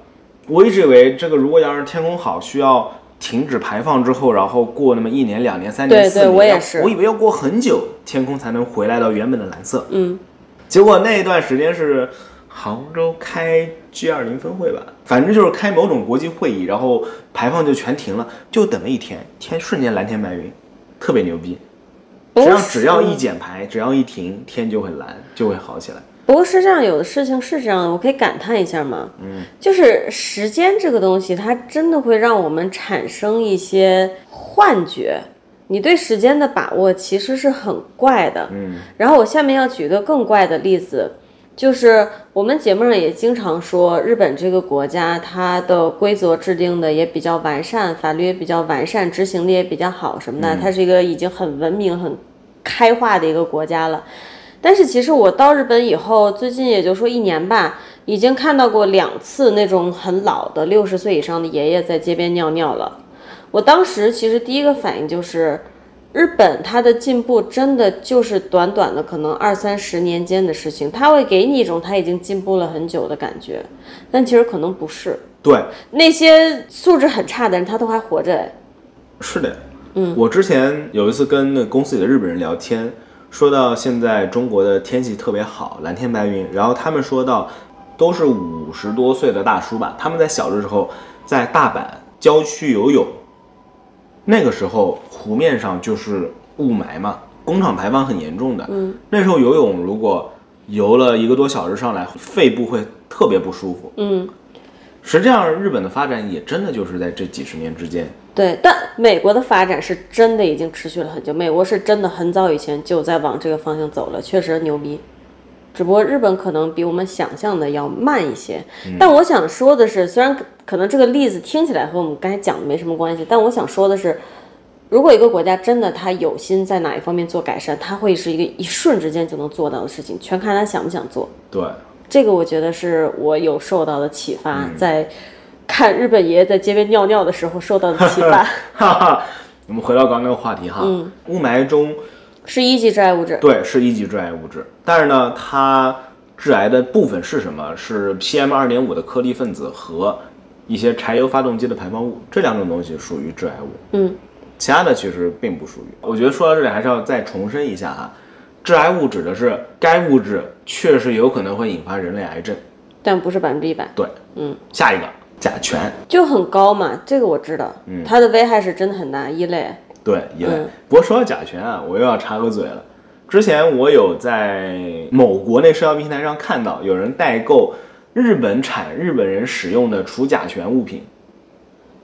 我一直以为这个如果要是天空好，需要停止排放之后，然后过那么一年、两年、三年、
对
四
对
年，
我也
要
是
我以为要过很久，天空才能回来到原本的蓝色。
嗯，
结果那一段时间是杭州开 G 二零峰会吧，反正就是开某种国际会议，然后排放就全停了，就等了一天，天瞬间蓝天白云，特别牛逼。实际上只要一减排，只要一停，天就会蓝，就会好起来。
不过事实上有的事情是这样的，我可以感叹一下吗？嗯，就是时间这个东西，它真的会让我们产生一些幻觉。你对时间的把握其实是很怪的。嗯，然后我下面要举一个更怪的例子，就是我们节目上也经常说，日本这个国家它的规则制定的也比较完善，法律也比较完善，执行的也比较好什么的，它是一个已经很文明、很开化的一个国家了。但是其实我到日本以后，最近也就说一年吧，已经看到过两次那种很老的六十岁以上的爷爷在街边尿尿了。我当时其实第一个反应就是，日本它的进步真的就是短短的可能二三十年间的事情，它会给你一种它已经进步了很久的感觉，但其实可能不是。
对，
那些素质很差的人，他都还活着哎。
是的。嗯，我之前有一次跟那个公司里的日本人聊天，说到现在中国的天气特别好，蓝天白云，然后他们说到都是五十多岁的大叔吧，他们在小的时候在大阪郊区游泳，那个时候湖面上就是雾霾嘛，工厂排放很严重的，嗯，那时候游泳如果游了一个多小时上来，肺部会特别不舒服，
嗯，
实际上日本的发展也真的就是在这几十年之间，
对，但美国的发展是真的已经持续了很久，美国是真的很早以前就在往这个方向走了，确实牛逼。只不过日本可能比我们想象的要慢一些，但我想说的是，虽然可可能这个例子听起来和我们刚才讲的没什么关系，但我想说的是，如果一个国家真的他有心在哪一方面做改善，他会是一个一瞬之间就能做到的事情，全看他想不想做。
对，
这个我觉得是我有受到的启发，在看日本爷爷在街边尿尿的时候受到的启发，
哈哈。我们回到刚刚那个话题哈，雾霾中
是一级致癌物质。
对，是一级致癌物质。但是呢，它致癌的部分是什么？是 PM 二点五的颗粒分子和一些柴油发动机的排放物，这两种东西属于致癌物。
嗯，
其他的其实并不属于。我觉得说到这里，还是要再重申一下啊，致癌物指的是该物质确实有可能会引发人类癌症。
但不是百分之一百，
对，嗯，下一个甲醛，
就很高嘛，这个我知道，
嗯
它的危害是真的很大，一类，
对，一类。
嗯
不过说到甲醛啊，我又要插个嘴了。之前我有在某国内社交平台上看到有人代购日本产、日本人使用的除甲醛物品，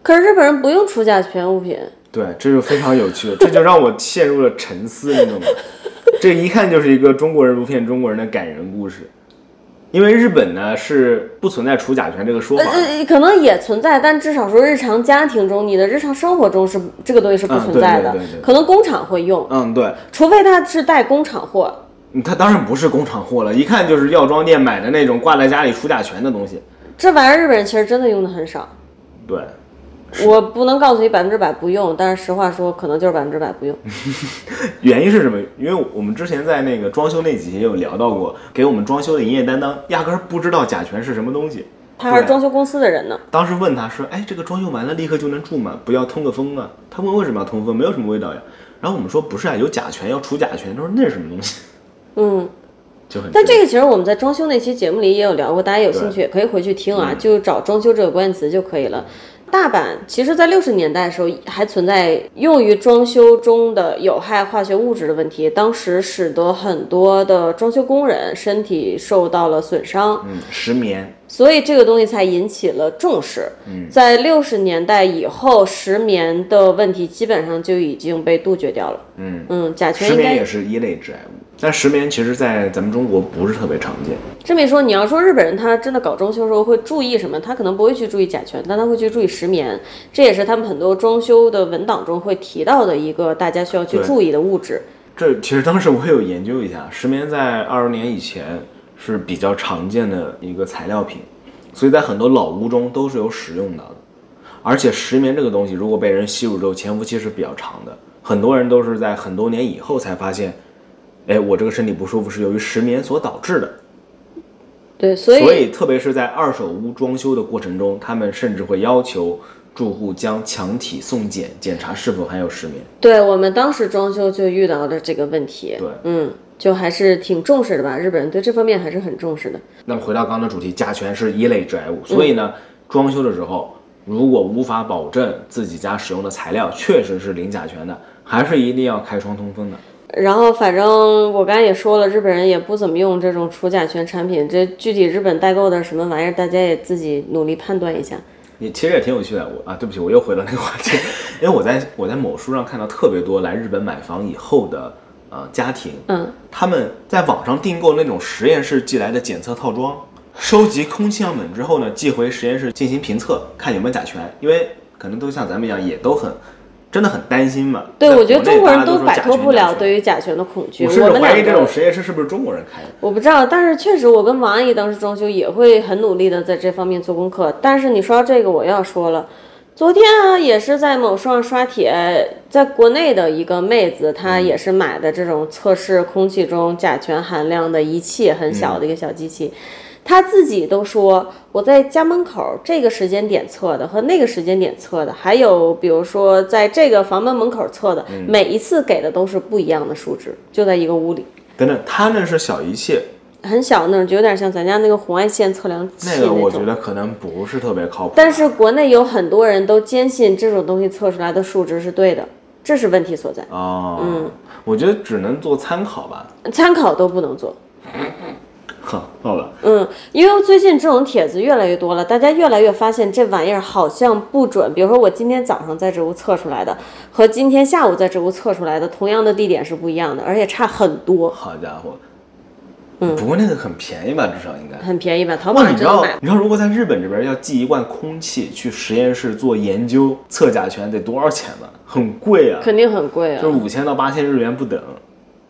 可是日本人不用除甲醛物品，
对，这就非常有 趣，这就让我陷入了沉思，你懂吗？这一看就是一个中国人不骗中国人的感人故事，因为日本呢是不存在除甲醛这个说
呃
法的。
呃，可能也存在，但至少说日常家庭中，你的日常生活中是这个东西是不
嗯
存
对
在
对
的
对对，对
可能工厂会用，
嗯，对，
除非它是带工厂货，
它当然不是工厂货了，一看就是药妆店买的那种挂在家里除甲醛的东西。
这玩意儿日本人其实真的用的很少，
对，
我不能告诉你百分之百不用，但是实话说，可能就是百分之百不用。
嗯原因是什么？因为我们之前在那个装修那几期也有聊到过，给我们装修的营业担当压根儿不知道甲醛是什么东西。
他还是
对
装修公司的人呢，
当时问他说：“哎，这个装修完了立刻就能住吗？不要通个风啊？”他问为什么要通风？没有什么味道呀。然后我们说不是啊，有甲醛要除甲醛。他说那是什么东西？
嗯，
就很
但这个其实我们在装修那期节目里也有聊过，大家有兴趣也可以回去听
嗯
啊，就找装修这个关键词就可以了。大阪其实，在六十年代的时候还存在用于装修中的有害化学物质的问题，当时使得很多的装修工人身体受到了损伤。
嗯，石棉
所以这个东西才引起了重视。
嗯
在六十年代以后，石棉的问题基本上就已经被杜绝掉了。嗯甲醛
石
应
棉
该
也是一类致癌物，但石棉其实在咱们中国不是特别常见。
这么一说，你要说日本人他真的搞装修的时候会注意什么？他可能不会去注意甲醛，但他会去注意石棉，这也是他们很多装修的文档中会提到的一个大家需要去
对
注意的物质。
这其实当时我有研究一下，石棉在二十年以前是比较常见的一个材料品，所以在很多老屋中都是有使用到的。而且石棉这个东西，如果被人吸入之后，潜伏期是比较长的，很多人都是在很多年以后才发现，哎，我这个身体不舒服是由于石棉所导致的。
对，所以
所以，特别是在二手屋装修的过程中，他们甚至会要求住户将墙体送检，检查是否含有石棉。
对我们当时装修就遇到了这个问题。
对
嗯，就还是挺重视的吧，日本人对这方面还是很重视的。
那么回到刚刚的主题，甲醛是一类致癌物，所以呢，装修的时候如果无法保证自己家使用的材料确实是零甲醛的，还是一定要开窗通风的。
然后，反正我刚才也说了，日本人也不怎么用这种除甲醛产品。这具体日本代购的是什么玩意儿，大家也自己努力判断一下。
你其实也挺有趣的，我啊，对不起，我又回到那个话题，因为我在我在某书上看到特别多来日本买房以后的呃家庭，
嗯，
他们在网上订购那种实验室寄来的检测套装，收集空气样本之后呢，寄回实验室进行评测，看有没有甲醛，因为可能都像咱们一样，也都很真的很担心嘛。
对，
在
我觉得
国内
中国
大家
人
都
都
说
摆
甲
脱
醛
不
甲
了
醛
对于甲醛的恐惧。
我
我
甚至
们
怀疑
两
这
个
种，实验室是不是中国人开的。
我不知道，但是确实，我跟王阿姨当时装修也会很努力的在这方面做功课。但是你说到这个，我要说了。昨天啊，也是在某书上刷帖，在国内的一个妹子，她也是买的这种测试空气中甲醛含量的仪器，很小的一个小机器。他自己都说我在家门口这个时间点测的和那个时间点测的，还有比如说在这个房门门口测的，每一次给的都是不一样的数值，就在一个屋里。
等等，他那是小仪器，
很小那种，就有点像咱家那个红外线测量器
那
种。
个我觉得可能不是特别靠谱。
但是国内有很多人都坚信这种东西测出来的数值是对的，这是问题所在，
哦，我觉得只能做参考吧。
参考都不能做。
好，好吧，
嗯，因为最近这种帖子越来越多了，大家越来越发现这玩意儿好像不准。比如说我今天早上在这屋测出来的，和今天下午在这屋测出来的，同样的地点是不一样的，而且差很多，
好家伙，嗯，不过那个很便宜吧，至少应该。
很便宜吧？淘宝
哇，
上
啊你知
就能
道
买，。
你知道，如果在日本这边要寄一罐空气去实验室做研究测甲醛得多少钱吗？很贵啊，
肯定很贵啊
就是，五千到八千日元不等，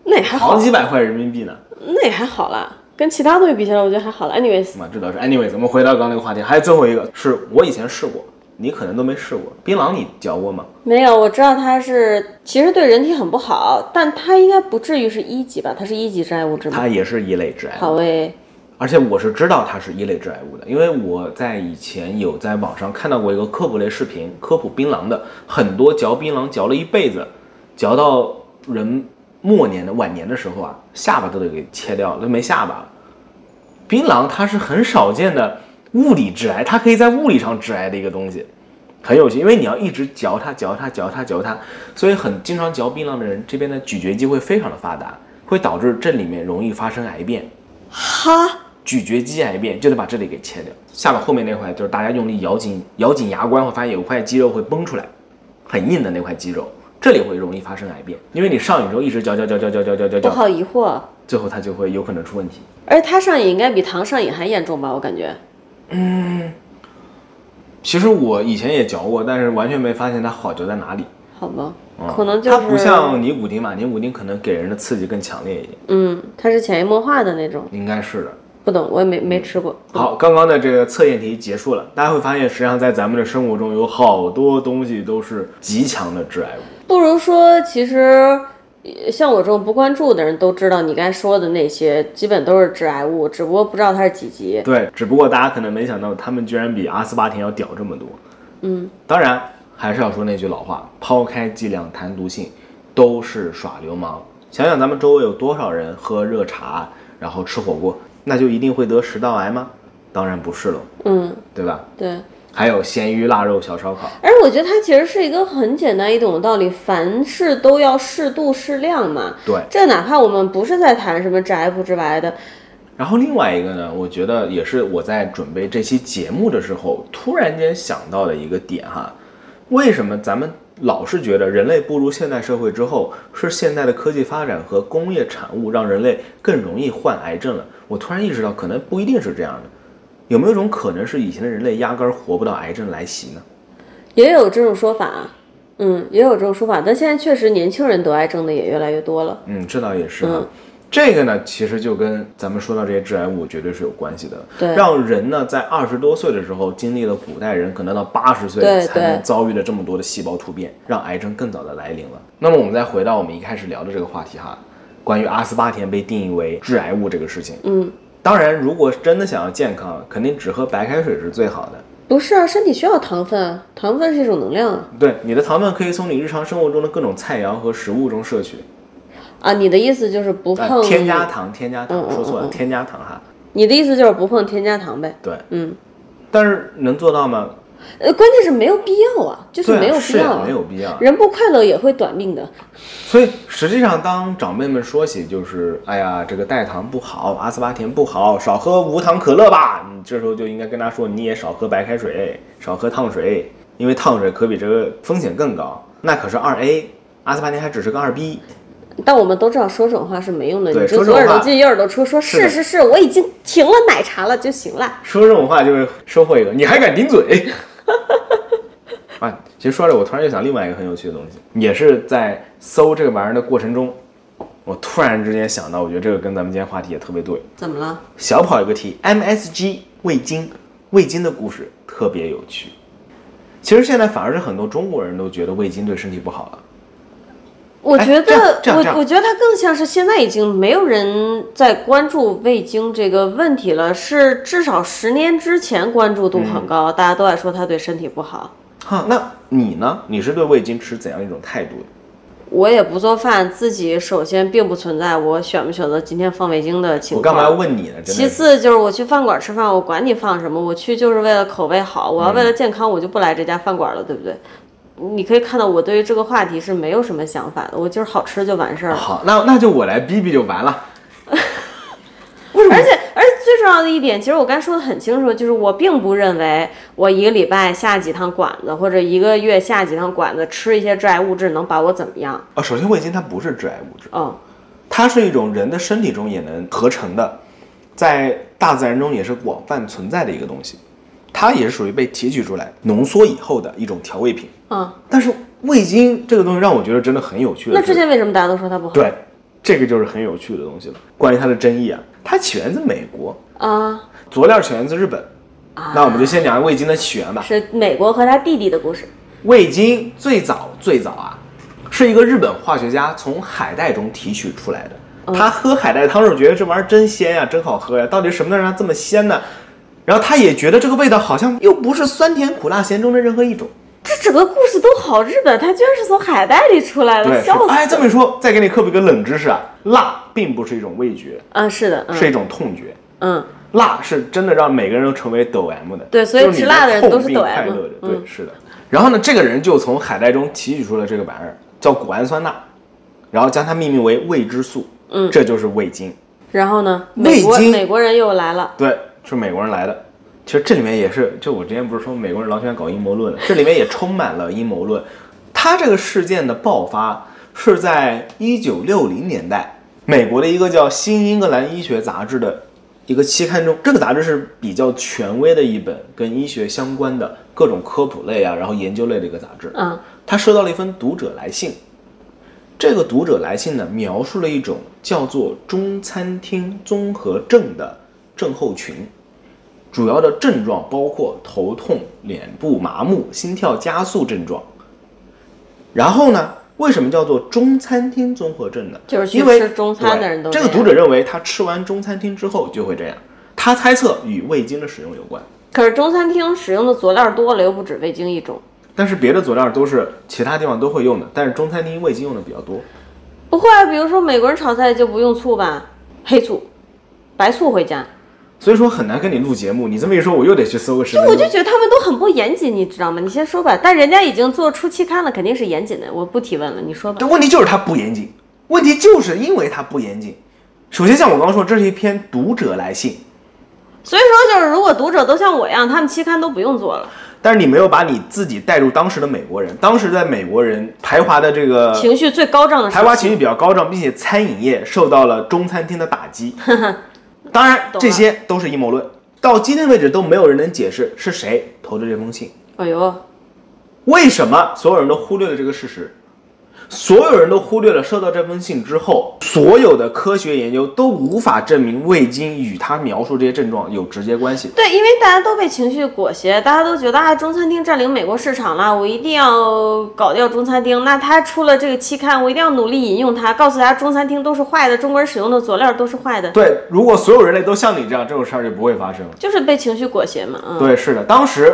那也还
好
好，
几百块人民币呢。
那也还好啦，跟其他东西比起来，我觉得还好啦。Anyways，
嘛，这倒是。Anyway，咱们回到刚刚那个话题，还有最后一个是我以前试过，你可能都没试过。槟榔你嚼过吗？
没有，我知道它是其实对人体很不好，但它应该不至于是一级吧？它是一级致癌物质吗
它？也是一类致癌物。
好诶，
而且我是知道它是一类致癌物的，因为我在以前有在网上看到过一个科普类视频，科普槟榔的，很多嚼槟榔嚼了一辈子，嚼到人末年的晚年的时候啊，下巴都得给切掉了，都没下巴了。槟榔它是很少见的物理致癌，它可以在物理上致癌的一个东西，很有趣，因为你要一直嚼它、嚼它、嚼它、嚼它，所以很经常嚼槟榔的人，这边的咀嚼肌会非常的发达，会导致这里面容易发生癌变。
哈，
咀嚼肌癌变，就得把这里给切掉。下巴后面那块就是大家用力咬紧咬紧牙关，会发现有块肌肉会崩出来，很硬的那块肌肉，这里会容易发生癌变，因为你上瘾之后一直嚼嚼嚼嚼嚼嚼嚼嚼
我
嚼，
好疑惑。
最后它就会有可能出问题。
而且它上瘾应该比糖上瘾还严重吧？我感觉
其实我以前也嚼过，但是完全没发现它好嚼在哪里。
好吧，
嗯
可能就是
它不像尼古丁嘛，尼古丁可能给人的刺激更强烈一点，
嗯，它是潜移默化的那种，
应该是的。
不懂，我也没没吃过。
好，刚刚的这个测验题结束了，大家会发现，实际上在咱们的生活中有好多东西都是极强的致癌物。
不如说，其实呃像我这种不关注的人都知道，你刚才说的那些基本都是致癌物，只不过不知道它是几级。
对，只不过大家可能没想到，他们居然比阿斯巴甜要屌这么多。嗯，当然还是要说那句老话，抛开剂量谈毒性，都是耍流氓。想想咱们周围有多少人喝热茶，然后吃火锅，那就一定会得食道癌吗？当然不是喽，
嗯，
对吧？
对。
还有咸鱼、腊肉、小烧烤，
而我觉得它其实是一个很简单易懂的道理，凡事都要适度适量嘛。
对。
这哪怕我们不是在谈什么致癌不致癌的，
然后另外一个呢，我觉得也是我在准备这期节目的时候，突然间想到的一个点哈，为什么咱们老是觉得人类步入现代社会之后，是现代的科技发展和工业产物让人类更容易患癌症了？我突然意识到，可能不一定是这样的，有没有一种可能是以前的人类压根儿活不到癌症来袭呢？
也有这种说法啊。嗯，也有这种说法，但现在确实年轻人得癌症的也越来越多了。
嗯，这倒也是哈。这个呢，其实就跟咱们说到这些致癌物绝对是有关系的。
对
让人呢在二十多岁的时候经历了古代人可能到八十岁
对
才
对
能遭遇的这么多的细胞突变，让癌症更早的来临了。那么我们再回到我们一开始聊的这个话题哈，关于阿斯巴甜被定义为致癌物这个事情。
嗯，
当然，如果真的想要健康，肯定只喝白开水是最好的。
不是啊，身体需要糖分啊，糖分是一种能量啊。
对，你的糖分可以从你日常生活中的各种菜肴和食物中摄取。
啊，你的意思就是不
啊、
碰、
添加糖，添加糖，
嗯嗯
说错
嗯
了，
嗯
添加糖哈。
你的意思就是不碰添加糖呗？
对，
嗯，
但是能做到吗？
呃，关键是没有必要啊，就是
对啊，
没有必
是
要、
啊，没有必要。
人不快乐也会短命的。
所以实际上，当长辈们说起就是，哎呀，这个代糖不好，阿斯巴甜不好，少喝无糖可乐吧。你这时候就应该跟他说，你也少喝白开水，少喝烫水，因为烫水可比这个风险更高。那可是二 A，阿斯巴甜还只是个二 B。
但我们都知道说这种话是没用的，
对
你就
说这
左
种
耳朵
话
进右耳朵出，说
是
是
的
是是，我已经停了奶茶了就行了。
说这种话就是收获一个，你还敢顶嘴？ 啊，其实说着，我突然又想另外一个很有趣的东西，也是在搜这个玩意儿的过程中，我突然之间想到，我觉得这个跟咱们今天话题也特别对。
怎么了？
小跑一个题，MSG 味精，味精的故事特别有趣。其实现在反而是很多中国人都觉得味精对身体不好了，
我觉
这样
得，
这样这样
我我觉得它更像是现在已经没有人在关注味精这个问题了，是至少十年之前关注度很
嗯
高，大家都在说它对身体不好。
哈，那你呢？你是对味精持怎样一种态度？
我也不做饭，自己首先并不存在我选不选择今天放味精的情
我
况。
干嘛要问你呢？真的是
其次就是我去饭馆吃饭，我管你放什么，我去就是为了口味好，我要
嗯
为了健康，我就不来这家饭馆了，对不对？你可以看到我对于这个话题是没有什么想法的，我就是好吃就完事儿了。
好，那那就我来逼逼就完了。
而且而且最重要的一点，其实我刚才说的很清楚，就是我并不认为我一个礼拜下几趟馆子，或者一个月下几趟馆子，吃一些致癌物质能把我怎么样？
啊，首先味精它不是致癌物质，
嗯，
它是一种人的身体中也能合成的，在大自然中也是广泛存在的一个东西，它也是属于被提取出来浓缩以后的一种调味品。
嗯，
但是味精这个东西让我觉得真的很有趣的
那
是，
之前为什么大家都说它不好？
对，这个就是很有趣的东西了。关于它的争议啊，它起源自美国，
啊、
佐料起源自日本。那我们就先讲味精的起源吧。
是美国和他弟弟的故事。
味精最早最早啊，是一个日本化学家从海带中提取出来的。
嗯
他喝海带汤时候觉得这玩意儿真鲜呀、真好喝呀、到底什么能让它这么鲜呢？然后他也觉得这个味道好像又不是酸甜苦辣咸中的任何一种。
这整个故事都好日本，它居然是从海带里出来
对
的，，笑
说
死！
哎，这么一说，再给你科普一个冷知识啊，辣并不是一种味觉，
啊，是的，嗯
是一种痛觉。
嗯，
辣是真的让每个人都成为抖 M 的，
对所以
就是你
吃辣的人都是抖
痛并
M
快乐着，对，
嗯
是的。然后呢，这个人就从海带中提取出了这个玩意儿，叫谷氨酸钠，然后将它命名为味之素，嗯，这就是味精，
然后呢，美国
味精
美国人又来了，
对，是美国人来的。其实这里面也是，就我之前不是说美国人老喜欢搞阴谋论了，这里面也充满了阴谋论。他这个事件的爆发是在一九六零年代，美国的一个叫《新英格兰医学杂志》的一个期刊中，这个杂志是比较权威的一本跟医学相关的各种科普类啊，然后研究类的一个杂志。
嗯
他收到了一封读者来信，这个读者来信呢，描述了一种叫做中餐厅综合症的症候群，主要的症状包括头痛、脸部麻木、心跳加速症状。然后呢，为什么叫做中餐厅综合症呢？
就是去
因为
吃中餐的人都
对这
这
个
样
读者认为他吃完中餐厅之后就会这样，他猜测与味精的使用有关。
可是中餐厅使用的佐料多了，又不止味精一种。
但是别的佐料都是其他地方都会用的，但是中餐厅味精用的比较多。
不会啊，比如说美国人炒菜就不用醋吧，黑醋、白醋回家。
所以说很难跟你录节目。你这么一说，我又得去搜个十分
我就
钟。
觉得他们都很不严谨，你知道吗？你先说吧，但人家已经做出期刊了，肯定是严谨的。我不提问了，你说吧。
但问题就是它不严谨，问题就是因为它不严谨。首先，像我刚刚说，这是一篇读者来信，
所以说就是，如果读者都像我一样，他们期刊都不用做了，
但是你没有把你自己带入当时的美国人，当时在美国人排华的这个
情绪最高涨的时
排
候
华情绪比较高涨，并且餐饮业受到了中餐厅的打 击。当然，
懂了
这些都是阴谋论，到今天为止都没有人能解释是谁投的这封信。
哎呦，
为什么所有人都忽略了这个事实？所有人都忽略了收到这封信之后，所有的科学研究都无法证明味精与他描述这些症状有直接关系。
对，因为大家都被情绪裹挟，大家都觉得啊，中餐厅占领美国市场了，我一定要搞掉中餐厅。那他出了这个期刊，我一定要努力引用它，告诉大家中餐厅都是坏的，中国人使用的佐料都是坏的，
对，如果所有人类都像你这样，这种事儿就不会发生了。
就是被情绪裹挟嘛。嗯，
对，是的，当时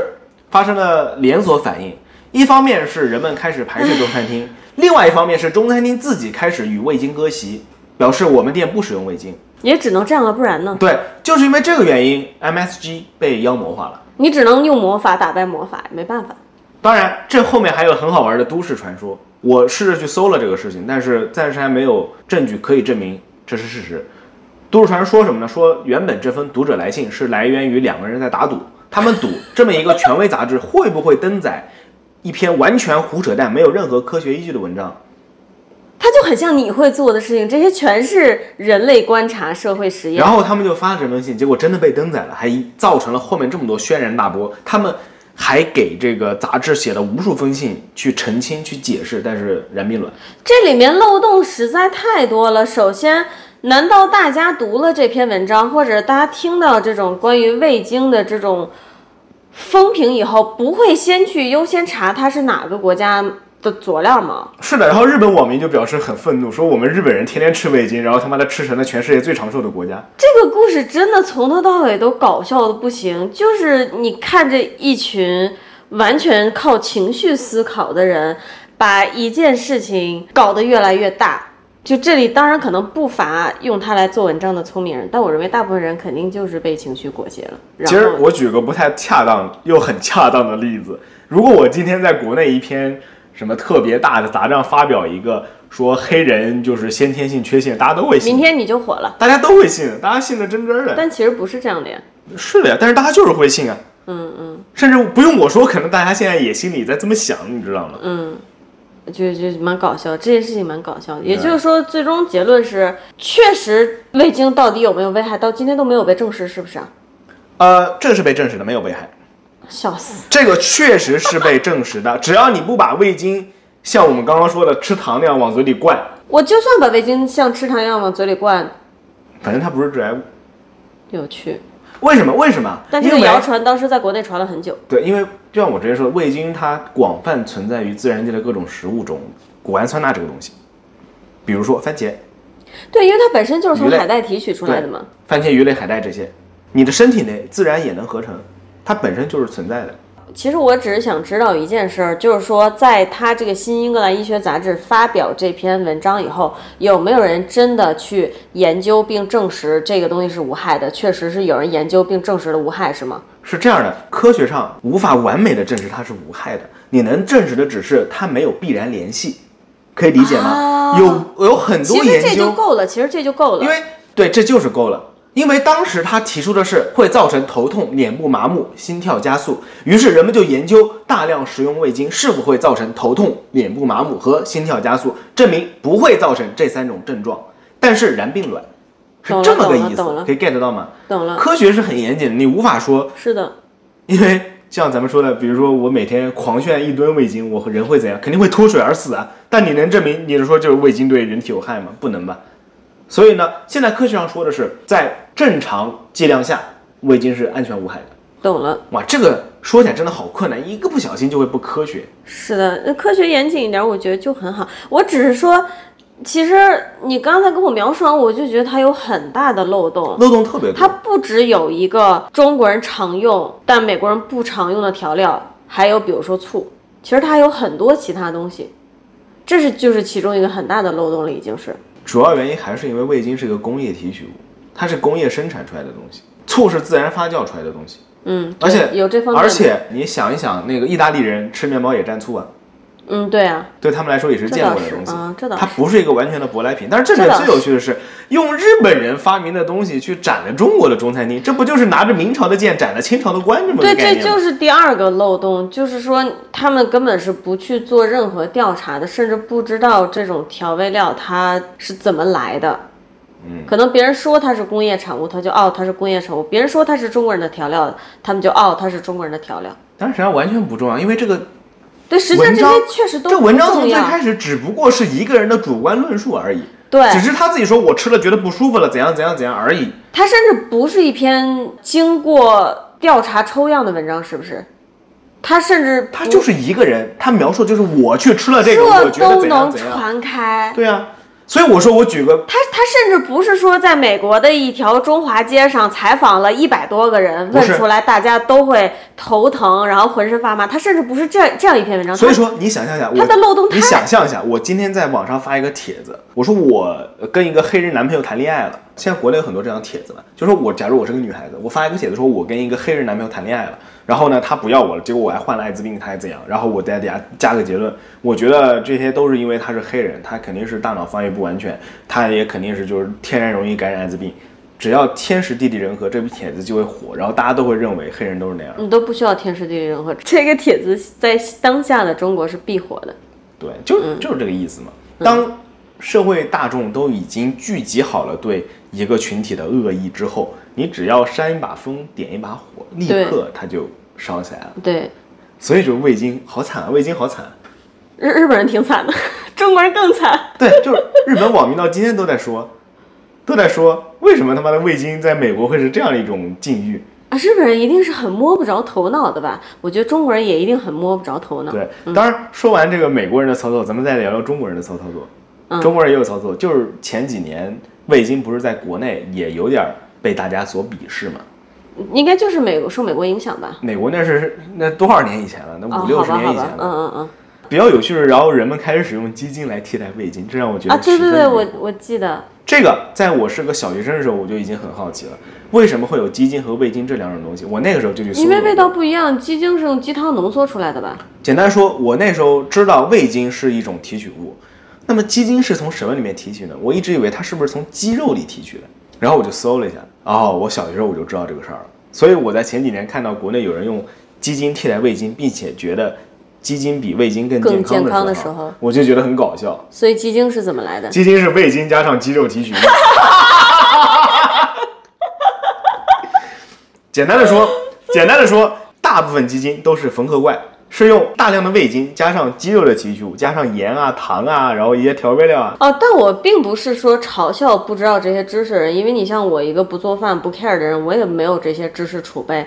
发生了连锁反应，一方面是人们开始排斥中餐厅，另外一方面是中餐厅自己开始与味精割席，表示我们店不使用味精。
也只能这样了，不然呢？
对，就是因为这个原因，MSG 被妖魔化了。
你只能用魔法打败魔法，没办法。
当然，这后面还有很好玩的都市传说。我试着去搜了这个事情，但是暂时还没有证据可以证明这是事实。都市传说说什么呢？说原本这封读者来信是来源于两个人在打赌，他们赌这么一个权威杂志会不会登载一篇完全胡扯淡、没有任何科学依据的文章。
它就很像你会做的事情，这些全是人类观察、社会实验
然。后他们就发了这封信，结果真的被登载了，还造成了后面这么多轩然大波。他们还给这个杂志写了无数封信去澄清、去解释，但是燃并卵。
这里面漏洞实在太多了。首先，难道大家读了这篇文章，或者大家听到这种关于味精的这种风评以后，不会先去优先查它是哪个国家的佐料吗？
是的，然后日本网民就表示很愤怒，说我们日本人天天吃味精，然后他妈的吃成了全世界最长寿的国家。
这个故事真的从头到尾都搞笑的不行，就是你看这一群完全靠情绪思考的人，把一件事情搞得越来越大。就这里当然可能不乏用它来做文章的聪明人，但我认为大部分人肯定就是被情绪裹挟了。然
其实
后
我举个不太恰当又很恰当的例子，如果我今天在国内一篇什么特别大的杂志上发表一个说黑人就是先天性缺陷，大家都会
明
信，
天你就火了，
大家都会信，大家信的真真儿的。
但其实不是这样的呀。
是的呀，但是大家就是会信啊，
嗯嗯
甚至不用我说，可能大家现在也心里在这么想，你知道吗？
嗯，就就蛮搞笑，这件事情蛮搞笑的。也就是说，最终结论是，确实味精到底有没有危害，到今天都没有被证实，是不是啊？
呃，这个是被证实的，没有危害。
笑死！
这个确实是被证实的， 只要你不把味精像我们刚刚说的吃糖那样往嘴里灌，
我就算把味精像吃糖一样往嘴里灌，
反正它不是致癌物。
有趣。
为什么？为什么？
但这个
因为
谣传当时在国内传了很久，
对，因为就像我之前说，的，味精它广泛存在于自然界的各种食物中，谷氨酸钠这个东西，比如说番茄、
对，因为它本身就是从
鱼类
海带提取出来的嘛。
番茄、鱼类、海带这些，你的身体内自然也能合成，它本身就是存在的。
其实我只是想知道一件事儿，就是说，在他这个《新英格兰医学杂志》发表这篇文章以后，有没有人真的去研究并证实这个东西是无害的？确实是有人研究并证实了无害，是吗？
是这样的，科学上无法完美的证实它是无害的，你能证实的只是它没有必然联系，可以理解吗？
啊
有有很
其
多
实
研
这就
究，
够了，其实这就够了。
因为对，这就是够了。因为当时他提出的是会造成头痛、脸部麻木、心跳加速，于是人们就研究大量食用味精是否会造成头痛、脸部麻木和心跳加速，证明不会造成这三种症状，但是然并卵，是
懂了
这么个
懂了
意思
懂了，
可以 get 到吗？
懂了，
科学是很严谨的，你无法说
是的，
因为像咱们说的，比如说我每天狂炫一吨味精，我人会怎样？肯定会脱水而死啊！但你能证明你是说就是味精对人体有害吗？不能吧。所以呢，现在科学上说的是，在正常剂量下，味精是安全无害的。
懂了，
哇，这个说起来真的好困难，一个不小心就会不科学。
是的。那科学严谨一点，我觉得就很好。我只是说，其实你刚才跟我描述完，我就觉得它有很大的漏洞。
漏洞特别
它
多，
不只有一个中国人常用但美国人不常用的调料，还有比如说醋，其实它还有很多其他东西，这是就是其中一个很大的漏洞了，已经是。
主要原因还是因为味精是一个工业提取物，它是工业生产出来的东西，醋是自然发酵出来的东西，
嗯，
而且
有这方面的，
而且你想一想，那个意大利人吃面包也蘸醋啊，
嗯，对啊，
对他们来说也是
这
见
倒
过的
是
东西。
啊，这倒
它
是，
不是一个完全的舶来品，但是这
这
里
倒
最有趣的是，用日本人发明的东西去斩了中国的中餐厅，这不就是拿着明朝的剑斩了清朝的官这么个
对，
概
这
念吗？
就是第二个漏洞，就是说他们根本是不去做任何调查的，甚至不知道这种调味料它是怎么来的。嗯，可能别人说它是工业产物，他就哦它是工业产物；别人说它是中国人的调料，他们就哦它是中国人的调料。
但是实际上完全不重要，因为这个
对，实际上
文
这
章
些确实都
这文章
不
从
重
最
要
开始只不过是一个人的主观论述而已，
对
只，是他自己说我吃了觉得不舒服了，怎样怎样怎样而已。
它甚至不是一篇经过调查抽样的文章，是不是？它甚至
他
不
就是一个人，他描述就是我去吃了这个，我觉得
都
怎样
能
怎样。
传开。
对啊，所以我说我举个
他他甚至不是说在美国的一条中华街上采访了一百多个人，
不
问
是
出来大家都会头疼，然后浑身发麻。他甚至不是这这样一篇文章，
所以
它
说，你想象一下，我
它的漏洞太
你想象一下，我今天在网上发一个帖子，我说我呃跟一个黑人男朋友谈恋爱了。现在国内有很多这样的帖子嘛，就说我假如我是个女孩子，我发一个帖子说我跟一个黑人男朋友谈恋爱了，然后呢他不要我了，结果我还患了艾滋病，他还怎样？然后我再给他加个结论，我觉得这些都是因为他是黑人，他肯定是大脑发育不完全，他也肯定是就是天然容易感染艾滋病。只要天时地利人和，这篇帖子就会火，然后大家都会认为黑人都是那样的。
你都不需要天时地利人和。这个帖子在当下的中国是必火的。
对，就就是这个意思嘛。当社会大众都已经聚集好了对一个群体的恶意之后，你只要扇一把风，点一把火，立
对
刻它就烧起来了。
对，
所以就是味精好惨啊，味精好惨。
日日本人挺惨的，中国人更惨。
对，就是日本网民到今天都在说，都在说为什么他妈的味精在美国会是这样一种境遇？
啊，日本人一定是很摸不着头脑的吧？我觉得中国人也一定很摸不着头脑。
对，当然说完这个美国人的操作，咱们再聊聊中国人的操操作。
嗯
中国人也有操作，就是前几年味精不是在国内也有点儿被大家所鄙视嘛？
应该就是美国受美国影响吧？
美国那是那多少年以前了？那
啊，
五六
好
十
吧，
年
好
以
吧
前，
嗯
了。
嗯嗯。
比较有趣的是，然后人们开始使用鸡精来替代味精，这让我觉得
啊，对
十分
对对，
有
我我记得，
这个在我是个小学生的时候，我就已经很好奇了，为什么会有鸡精和味精这两种东西？我那个时候就去搜
因为
罗。
味道不一样，鸡精是用鸡汤浓缩出来的吧？
简单说，我那时候知道味精是一种提取物，那么鸡精是从什么里面提取呢？我一直以为它是不是从鸡肉里提取的，然后我就搜了一下，哦，我小学时候我就知道这个事儿了。所以我在前几年看到国内有人用鸡精替代味精，并且觉得鸡精比味精更
更
健康
健康
的
的时候
我就觉得很搞笑。
所以鸡精是怎么来的？
鸡精是味精加上鸡肉提取 物。简单的说，简单的说，大部分鸡精都是缝合怪，是用大量的味精加上鸡肉的提取物，加上盐啊、糖啊，然后一些调味料啊。
哦，但我并不是说嘲笑不知道这些知识的人，因为你像我一个不做饭、不 care 的人，我也没有这些知识储备。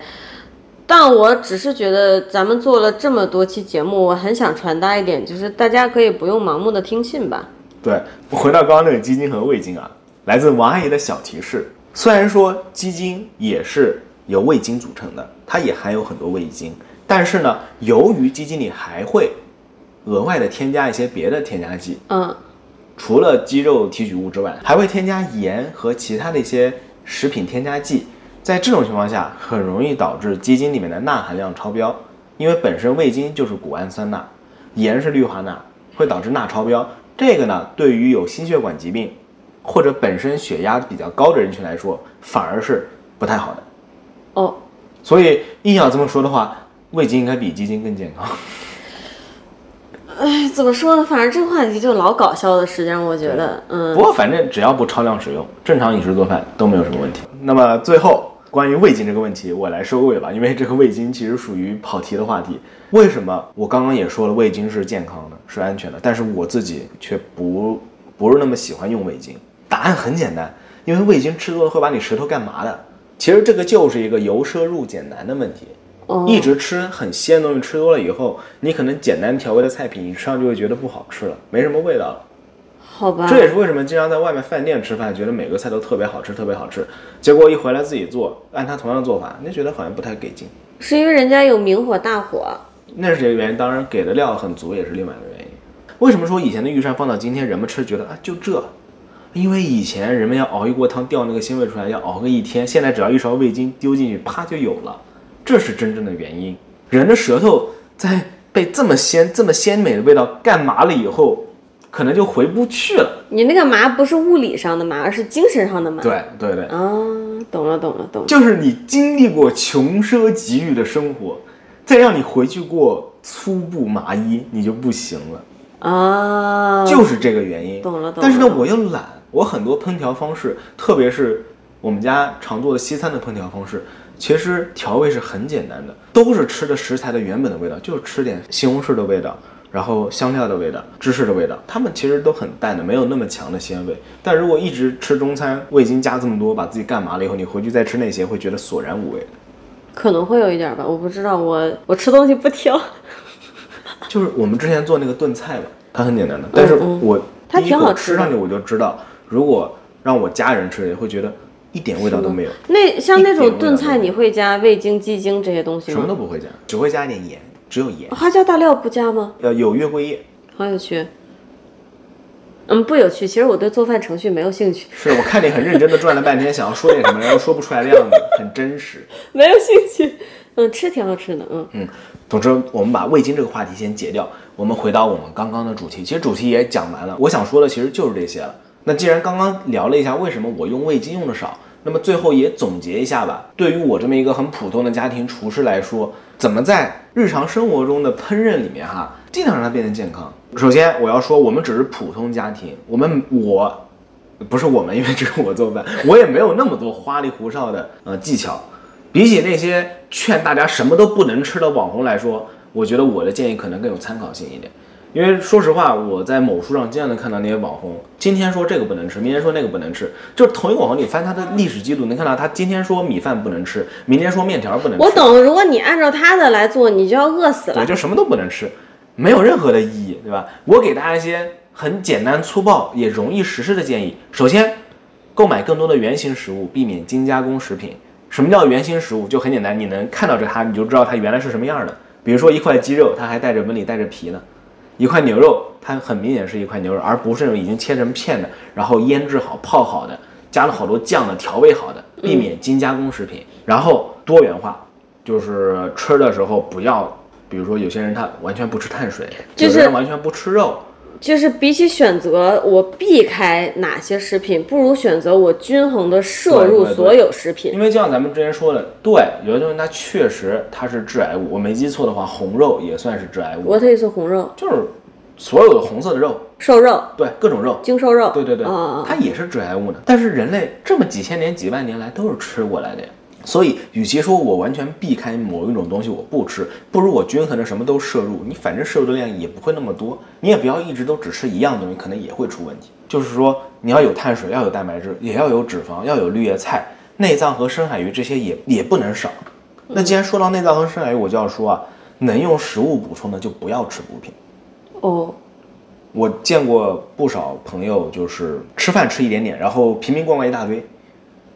但我只是觉得咱们做了这么多期节目，我很想传达一点，就是大家可以不用盲目的听信吧。
对，回到刚刚那个鸡精和味精啊，来自王阿姨的小提示。虽然说鸡精也是由味精组成的，它也含有很多味精，但是呢，由于鸡精里还会额外的添加一些别的添加剂，
嗯，
除了鸡肉提取物之外，还会添加盐和其他的一些食品添加剂。在这种情况下，很容易导致鸡精里面的钠含量超标，因为本身味精就是谷氨酸钠，盐是氯化钠，会导致钠超标。这个呢，对于有心血管疾病或者本身血压比较高的人群来说，反而是不太好的。
哦，
所以硬要这么说的话，味精应该比鸡精更健康。
哎，怎么说呢？反正这个话题就老搞笑的，实际上我觉得，嗯
不，过反正只要不超量使用，正常饮食做饭都没有什么问题。那么最后关于味精这个问题，我来收个尾吧，因为这个味精其实属于跑题的话题。为什么我刚刚也说了，味精是健康的，是安全的，但是我自己却不不是那么喜欢用味精？答案很简单，因为味精吃多了会把你舌头干嘛的。其实这个就是一个由奢入俭难的问题。
哦
一直吃很鲜的东西，吃多了以后，你可能简单调味的菜品，你吃上就会觉得不好吃了，没什么味道了。
好吧，
这也是为什么经常在外面饭店吃饭，觉得每个菜都特别好吃，特别好吃。结果一回来自己做，按他同样的做法，你就觉得好像不太给劲。
是因为人家有明火大火，
那是一个原因，当然给的料很足也是另外一个原因。为什么说以前的御膳放到今天人们吃觉得啊就这？因为以前人们要熬一锅汤调那个腥味出来要熬个一天，现在只要一勺味精丢进去，啪就有了，这是真正的原因。人的舌头在被这么鲜、这么鲜美的味道干麻了以后，可能就回不去了。
你那个麻不是物理上的麻，而是精神上的麻。
对对对，
啊，懂了懂了懂了。
就是你经历过穷奢极欲的生活，再让你回去过粗布麻衣，你就不行了，
啊，
就是这个原因。
懂了懂了
但是呢，
懂了
我又懒，我很多烹调方式，特别是我们家常做的西餐的烹调方式，其实调味是很简单的，都是吃的食材的原本的味道，就是吃点西红柿的味道。然后香料的味道、芝士的味道，它们其实都很淡的，没有那么强的鲜味。但如果一直吃中餐，味精加这么多，把自己干麻了以后，你回去再吃那些，会觉得索然无味。
可能会有一点吧，我不知道，我我吃东西不挑，
就是我们之前做那个炖菜嘛，它很简单的，但是我
嗯它
第一
挺好
口
吃
吃
的
上去我就知道，如果让我家人吃，也会觉得一点味道都没有，
那像那
一点味
种
道
炖
都
菜，
没
你
有
会加味精、鸡精这些东西
什么
吗？
都不会加，只会加一点盐，只有盐。
花椒大料不加吗？
呃，有月桂叶，
好有趣。嗯，不有趣。其实我对做饭程序没有兴趣，
是我看你很认真的转了半天，想要说点什么，然后说不出来的样子，很真实。
没有兴趣。嗯，吃挺好吃的。嗯，
嗯，总之我们把味精这个话题先截掉，我们回到我们刚刚的主题。其实主题也讲完了，我想说的其实就是这些了。那既然刚刚聊了一下为什么我用味精用的少，那么最后也总结一下吧。对于我这么一个很普通的家庭厨师来说，怎么在日常生活中的烹饪里面哈，尽量让它变得健康。首先我要说，我们只是普通家庭，我们我不是我们，因为只有我做饭， 我也没有那么多花里胡哨的呃技巧。比起那些劝大家什么都不能吃的网红来说，我觉得我的建议可能更有参考性一点。因为说实话，我在某书上经常能看到那些网红，今天说这个不能吃，明天说那个不能吃，就是同一个网红，你翻他的历史记录，能看到他今天说米饭不能吃，明天说面条不能吃，
我懂，如果你按照他的来做，你就要饿死
对，
了。
就什么都不能吃，没有任何的意义，对吧？我给大家一些很简单粗暴也容易实施的建议。首先，购买更多的原型食物，避免精加工食品。什么叫原型食物？就很简单，你能看到这它，你就知道它原来是什么样的。比如说一块鸡肉，它还带着纹理、带着皮呢；一块牛肉，它很明显是一块牛肉，而不是那种已经切成片的，然后腌制好、泡好的，加了好多酱的、调味好的，避
嗯
免精加工食品。然后多元化，就是吃的时候不要，比如说有些人他完全不吃碳水，
就是
有的人完全不吃肉，
就是比起选择我避开哪些食品，不如选择我均衡的摄
对
入
对对
所有食品。
因为就像咱们之前说的，对，有的东西它确实它是致癌物，我没记错的话，红肉也算是致癌物，
我特意做红肉、
就是所有的红色的肉，
瘦肉、
对，各种肉，
精瘦肉。
对对对，
啊、
它也是致癌物呢。但是人类这么几千年、几万年来都是吃过来的呀。所以，与其说我完全避开某一种东西我不吃，不如我均衡的什么都摄入。你反正摄入的量也不会那么多，你也不要一直都只吃一样东西，可能也会出问题。就是说，你要有碳水，要有蛋白质，也要有脂肪，要有绿叶菜、内脏和深海鱼这些也也不能少。那既然说到内脏和深海鱼，我就要说啊，能用食物补充的就不要吃补品。
哦，
我见过不少朋友，就是吃饭吃一点点，然后瓶瓶罐罐一大堆，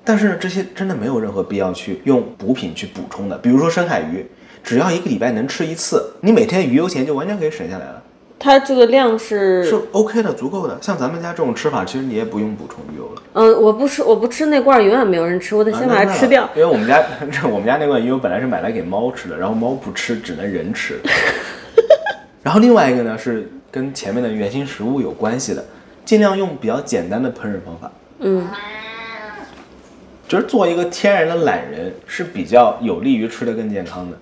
但是这些真的没有任何必要去用补品去补充的。比如说深海鱼，只要一个礼拜能吃一次，你每天鱼油钱就完全可以省下来了，
它这个量是
是 OK 的，足够的。像咱们家这种吃法，其实你也不用补充鱼油了，
嗯，我不吃，我不吃那罐儿，永远没有人吃，我得先
啊
把它吃掉。
那因为我们家 这我们家那罐鱼油本来是买来给猫吃的，然后猫不吃，只能人吃。 然后另外一个呢是跟前面的原型食物有关系的，尽量用比较简单的烹饪方法。
嗯，
就是做一个天然的懒人是比较有利于吃的更健康的。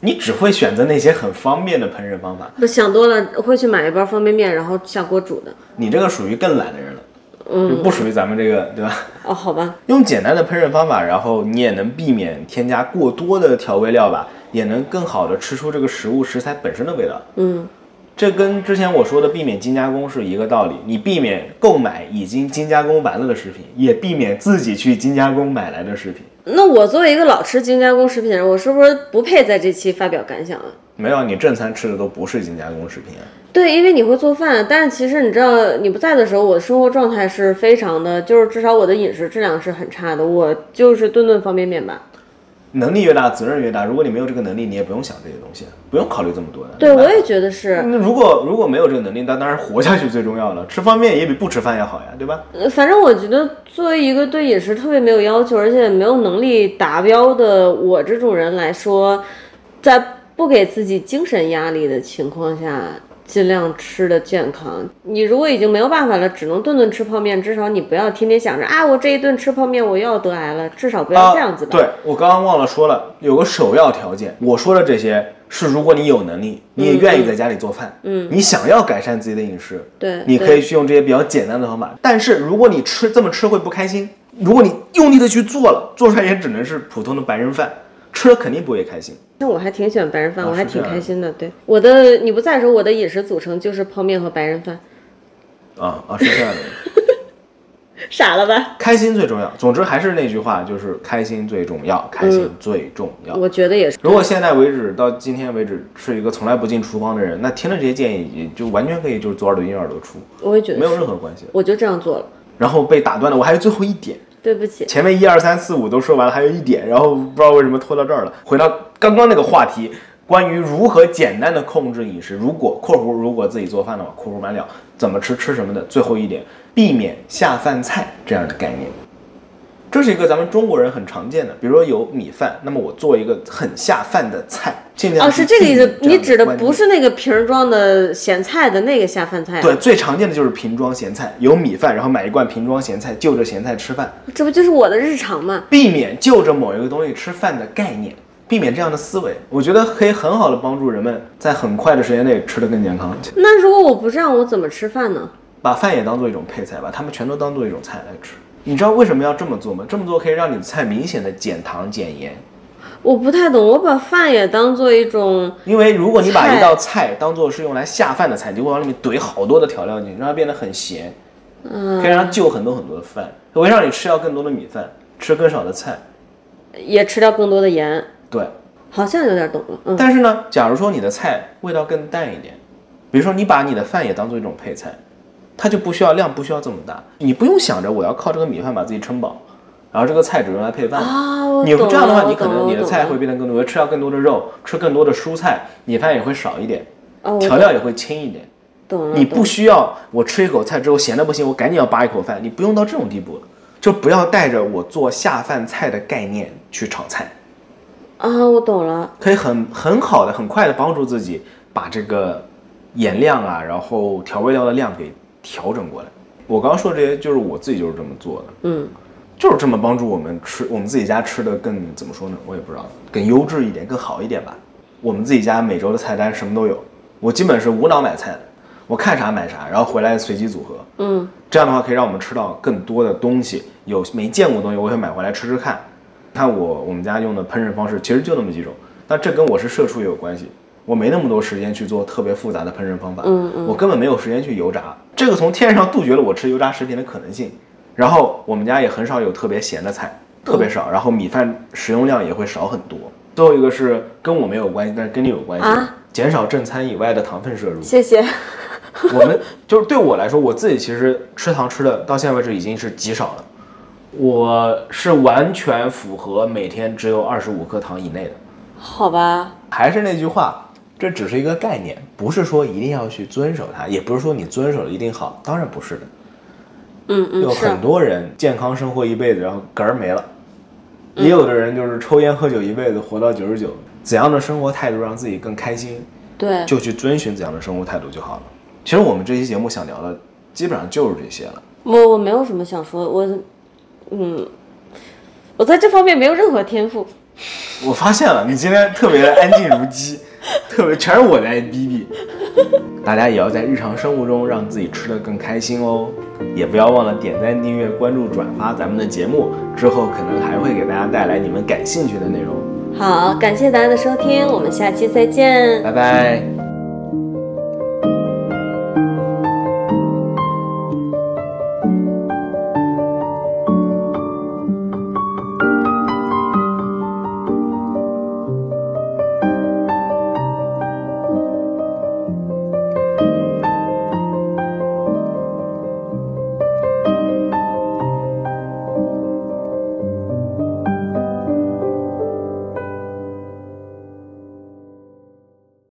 你只会选择那些很方便的烹饪方法，
我想多了，我会去买一包方便面，然后下锅煮的。
你这个属于更懒的人了，
嗯
就不属于咱们这个，对吧？
哦，好吧，
用简单的烹饪方法，然后你也能避免添加过多的调味料吧，也能更好的吃出这个食物食材本身的味道。
嗯，
这跟之前我说的避免精加工是一个道理。你避免购买已经精加工完了的食品，也避免自己去精加工买来的食品。
那我作为一个老吃精加工食品的人，我是不是不配在这期发表感想啊？
没有，你正餐吃的都不是精加工食品啊。
对，因为你会做饭，但是其实你知道，你不在的时候，我的生活状态是非常的，就是至少我的饮食质量是很差的，我就是顿顿方便面吧。
能力越大，责任越大。如果你没有这个能力，你也不用想这些东西，不用考虑这么多的。
对，
吧
我也觉得是。
那如果如果没有这个能力，那当然活下去最重要了。吃方便也比不吃饭要好呀，对吧？
呃，反正我觉得作为一个对饮食特别没有要求，而且没有能力达标的我这种人来说，在不给自己精神压力的情况下，尽量吃的健康。你如果已经没有办法了，只能顿顿吃泡面，至少你不要天天想着啊，我这一顿吃泡面我又要得癌了，至少不要这样子吧。
啊、对我刚刚忘了说了，有个首要条件，我说的这些是如果你有能力，你也愿意在家里做饭，嗯，你想要改善自己的饮食，
对
你可以去用这些比较简单的方法。但是如果你吃这么吃会不开心，如果你用力的去做了，做出来也只能是普通的白人饭，吃了肯定不会开心。
那我还挺喜欢白人饭，
啊
我还
是
挺
这样
开心的。对，我的你不在的时候，我的饮食组成就是泡面和白人饭，
啊啊，是这 样的。
傻了吧？
开心最重要。总之还是那句话，就是开心最重要，开
嗯
心最重要。
我觉得也是。
如果现在为止到今天为止是一个从来不进厨房的人，那听了这些建议，也就完全可以就是左耳朵进右耳朵出，
我也觉得
没有
是
任何关系。
我就这样做了，
然后被打断了，我还有最后一点，
对不起。
前面一二三四五都说完了，还有一点，然后不知道为什么拖到这儿了。回到刚刚那个话题，关于如何简单的控制饮食，如果（括弧）如果自己做饭的话（括弧完了），怎么吃吃什么的。最后一点，避免下饭菜这样的概念，这是一个咱们中国人很常见的。比如说有米饭，那么我做一个很下饭的菜，尽量
哦，
去
是这个意
避免
思，
样
你指的
观念
不是那个瓶儿装的咸菜的那个下饭菜，啊
对，，最常见的就是瓶装咸菜，有米饭，然后买一罐瓶装咸菜，就着咸菜吃饭。
这不就是我的日常嘛？
避免就着某一个东西吃饭的概念，避免这样的思维，我觉得可以很好的帮助人们在很快的时间内吃得更健康，
那如果我不这样，我怎么吃饭呢？
把饭也当做一种配菜，把它们全都当做一种菜来吃。你知道为什么要这么做吗？这么做可以让你的菜明显的减糖减盐，
我不太懂，我把饭也当做一种，
因为如果你把
菜
一道菜当做是用来下饭的菜，你就会往里面怼好多的调料进去，让它变得很咸，
嗯、
可以让它就很多很多的饭，它会让你吃掉更多的米饭，吃更少的菜。
也吃掉更多的盐，
对，
好像有点懂了，嗯，
但是呢，假如说你的菜味道更淡一点，比如说你把你的饭也当做一种配菜，它就不需要量不需要这么大，你不用想着我要靠这个米饭把自己撑饱，然后这个菜只用来配饭。
啊，我
你
懂了，
这样的话，
我
你可
懂了
能你的菜，会
我懂
变得更多，吃到更多的肉，吃更多的蔬菜，米饭也会少一点，
了哦，我嗯
调料也会轻一点。
懂了，
你
懂
不需要我吃一口菜之后咸的不行，我赶紧要扒一口饭，你不用到这种地步，就不要带着我做下饭菜的概念去炒菜。
了啊，我懂了。
可以很很好的、很快的帮助自己把这个盐量啊，然后调味料的量给调整过来。我刚刚说这些，就是我自己就是这么做的，
嗯，
就是这么帮助我们吃我们自己家吃的更怎么说呢？我也不知道，更优质一点、更好一点吧。我们自己家每周的菜单什么都有，我基本是无脑买菜的，我看啥买啥，然后回来随机组合。
嗯，
这样的话可以让我们吃到更多的东西，有没见过的东西，我会买回来吃吃看。看我我们家用的烹饪方式其实就那么几种，但这跟我是社畜也有关系。我没那么多时间去做特别复杂的烹饪方法，
嗯嗯
我根本没有时间去油炸，这个从天上杜绝了我吃油炸食品的可能性。然后我们家也很少有特别咸的菜，特别少，然后米饭食用量也会少很多。最后一个是跟我没有关系，但是跟你有关系，
啊
减少正餐以外的糖分摄入。
谢 谢。
我们就是对我来说，我自己其实吃糖吃的到现在为止已经是极少了，我是完全符合每天只有二十五克糖以内的。
好吧，
还是那句话，这只是一个概念，不是说一定要去遵守它，也不是说你遵守了一定好，当然不是的。
嗯嗯
有
是
很多人健康生活一辈子，然后嗝儿没了；
嗯
也有的人就是抽烟喝酒一辈子，活到九十九。怎样的生活态度让自己更开心，
对，
就去遵循怎样的生活态度就好了。其实我们这期节目想聊的基本上就是这些了。
我我没有什么想说，我嗯，我在这方面没有任何天赋，
我发现了，你今天特别的 安静如鸡，特别全是我在逼逼。大家也要在日常生活中让自己吃得更开心哦，也不要忘了点赞、订阅、关注、转发咱们的节目。之后可能还会给大家带来你们感兴趣的内容。
好，感谢大家的收听，我们下期再见。
拜拜。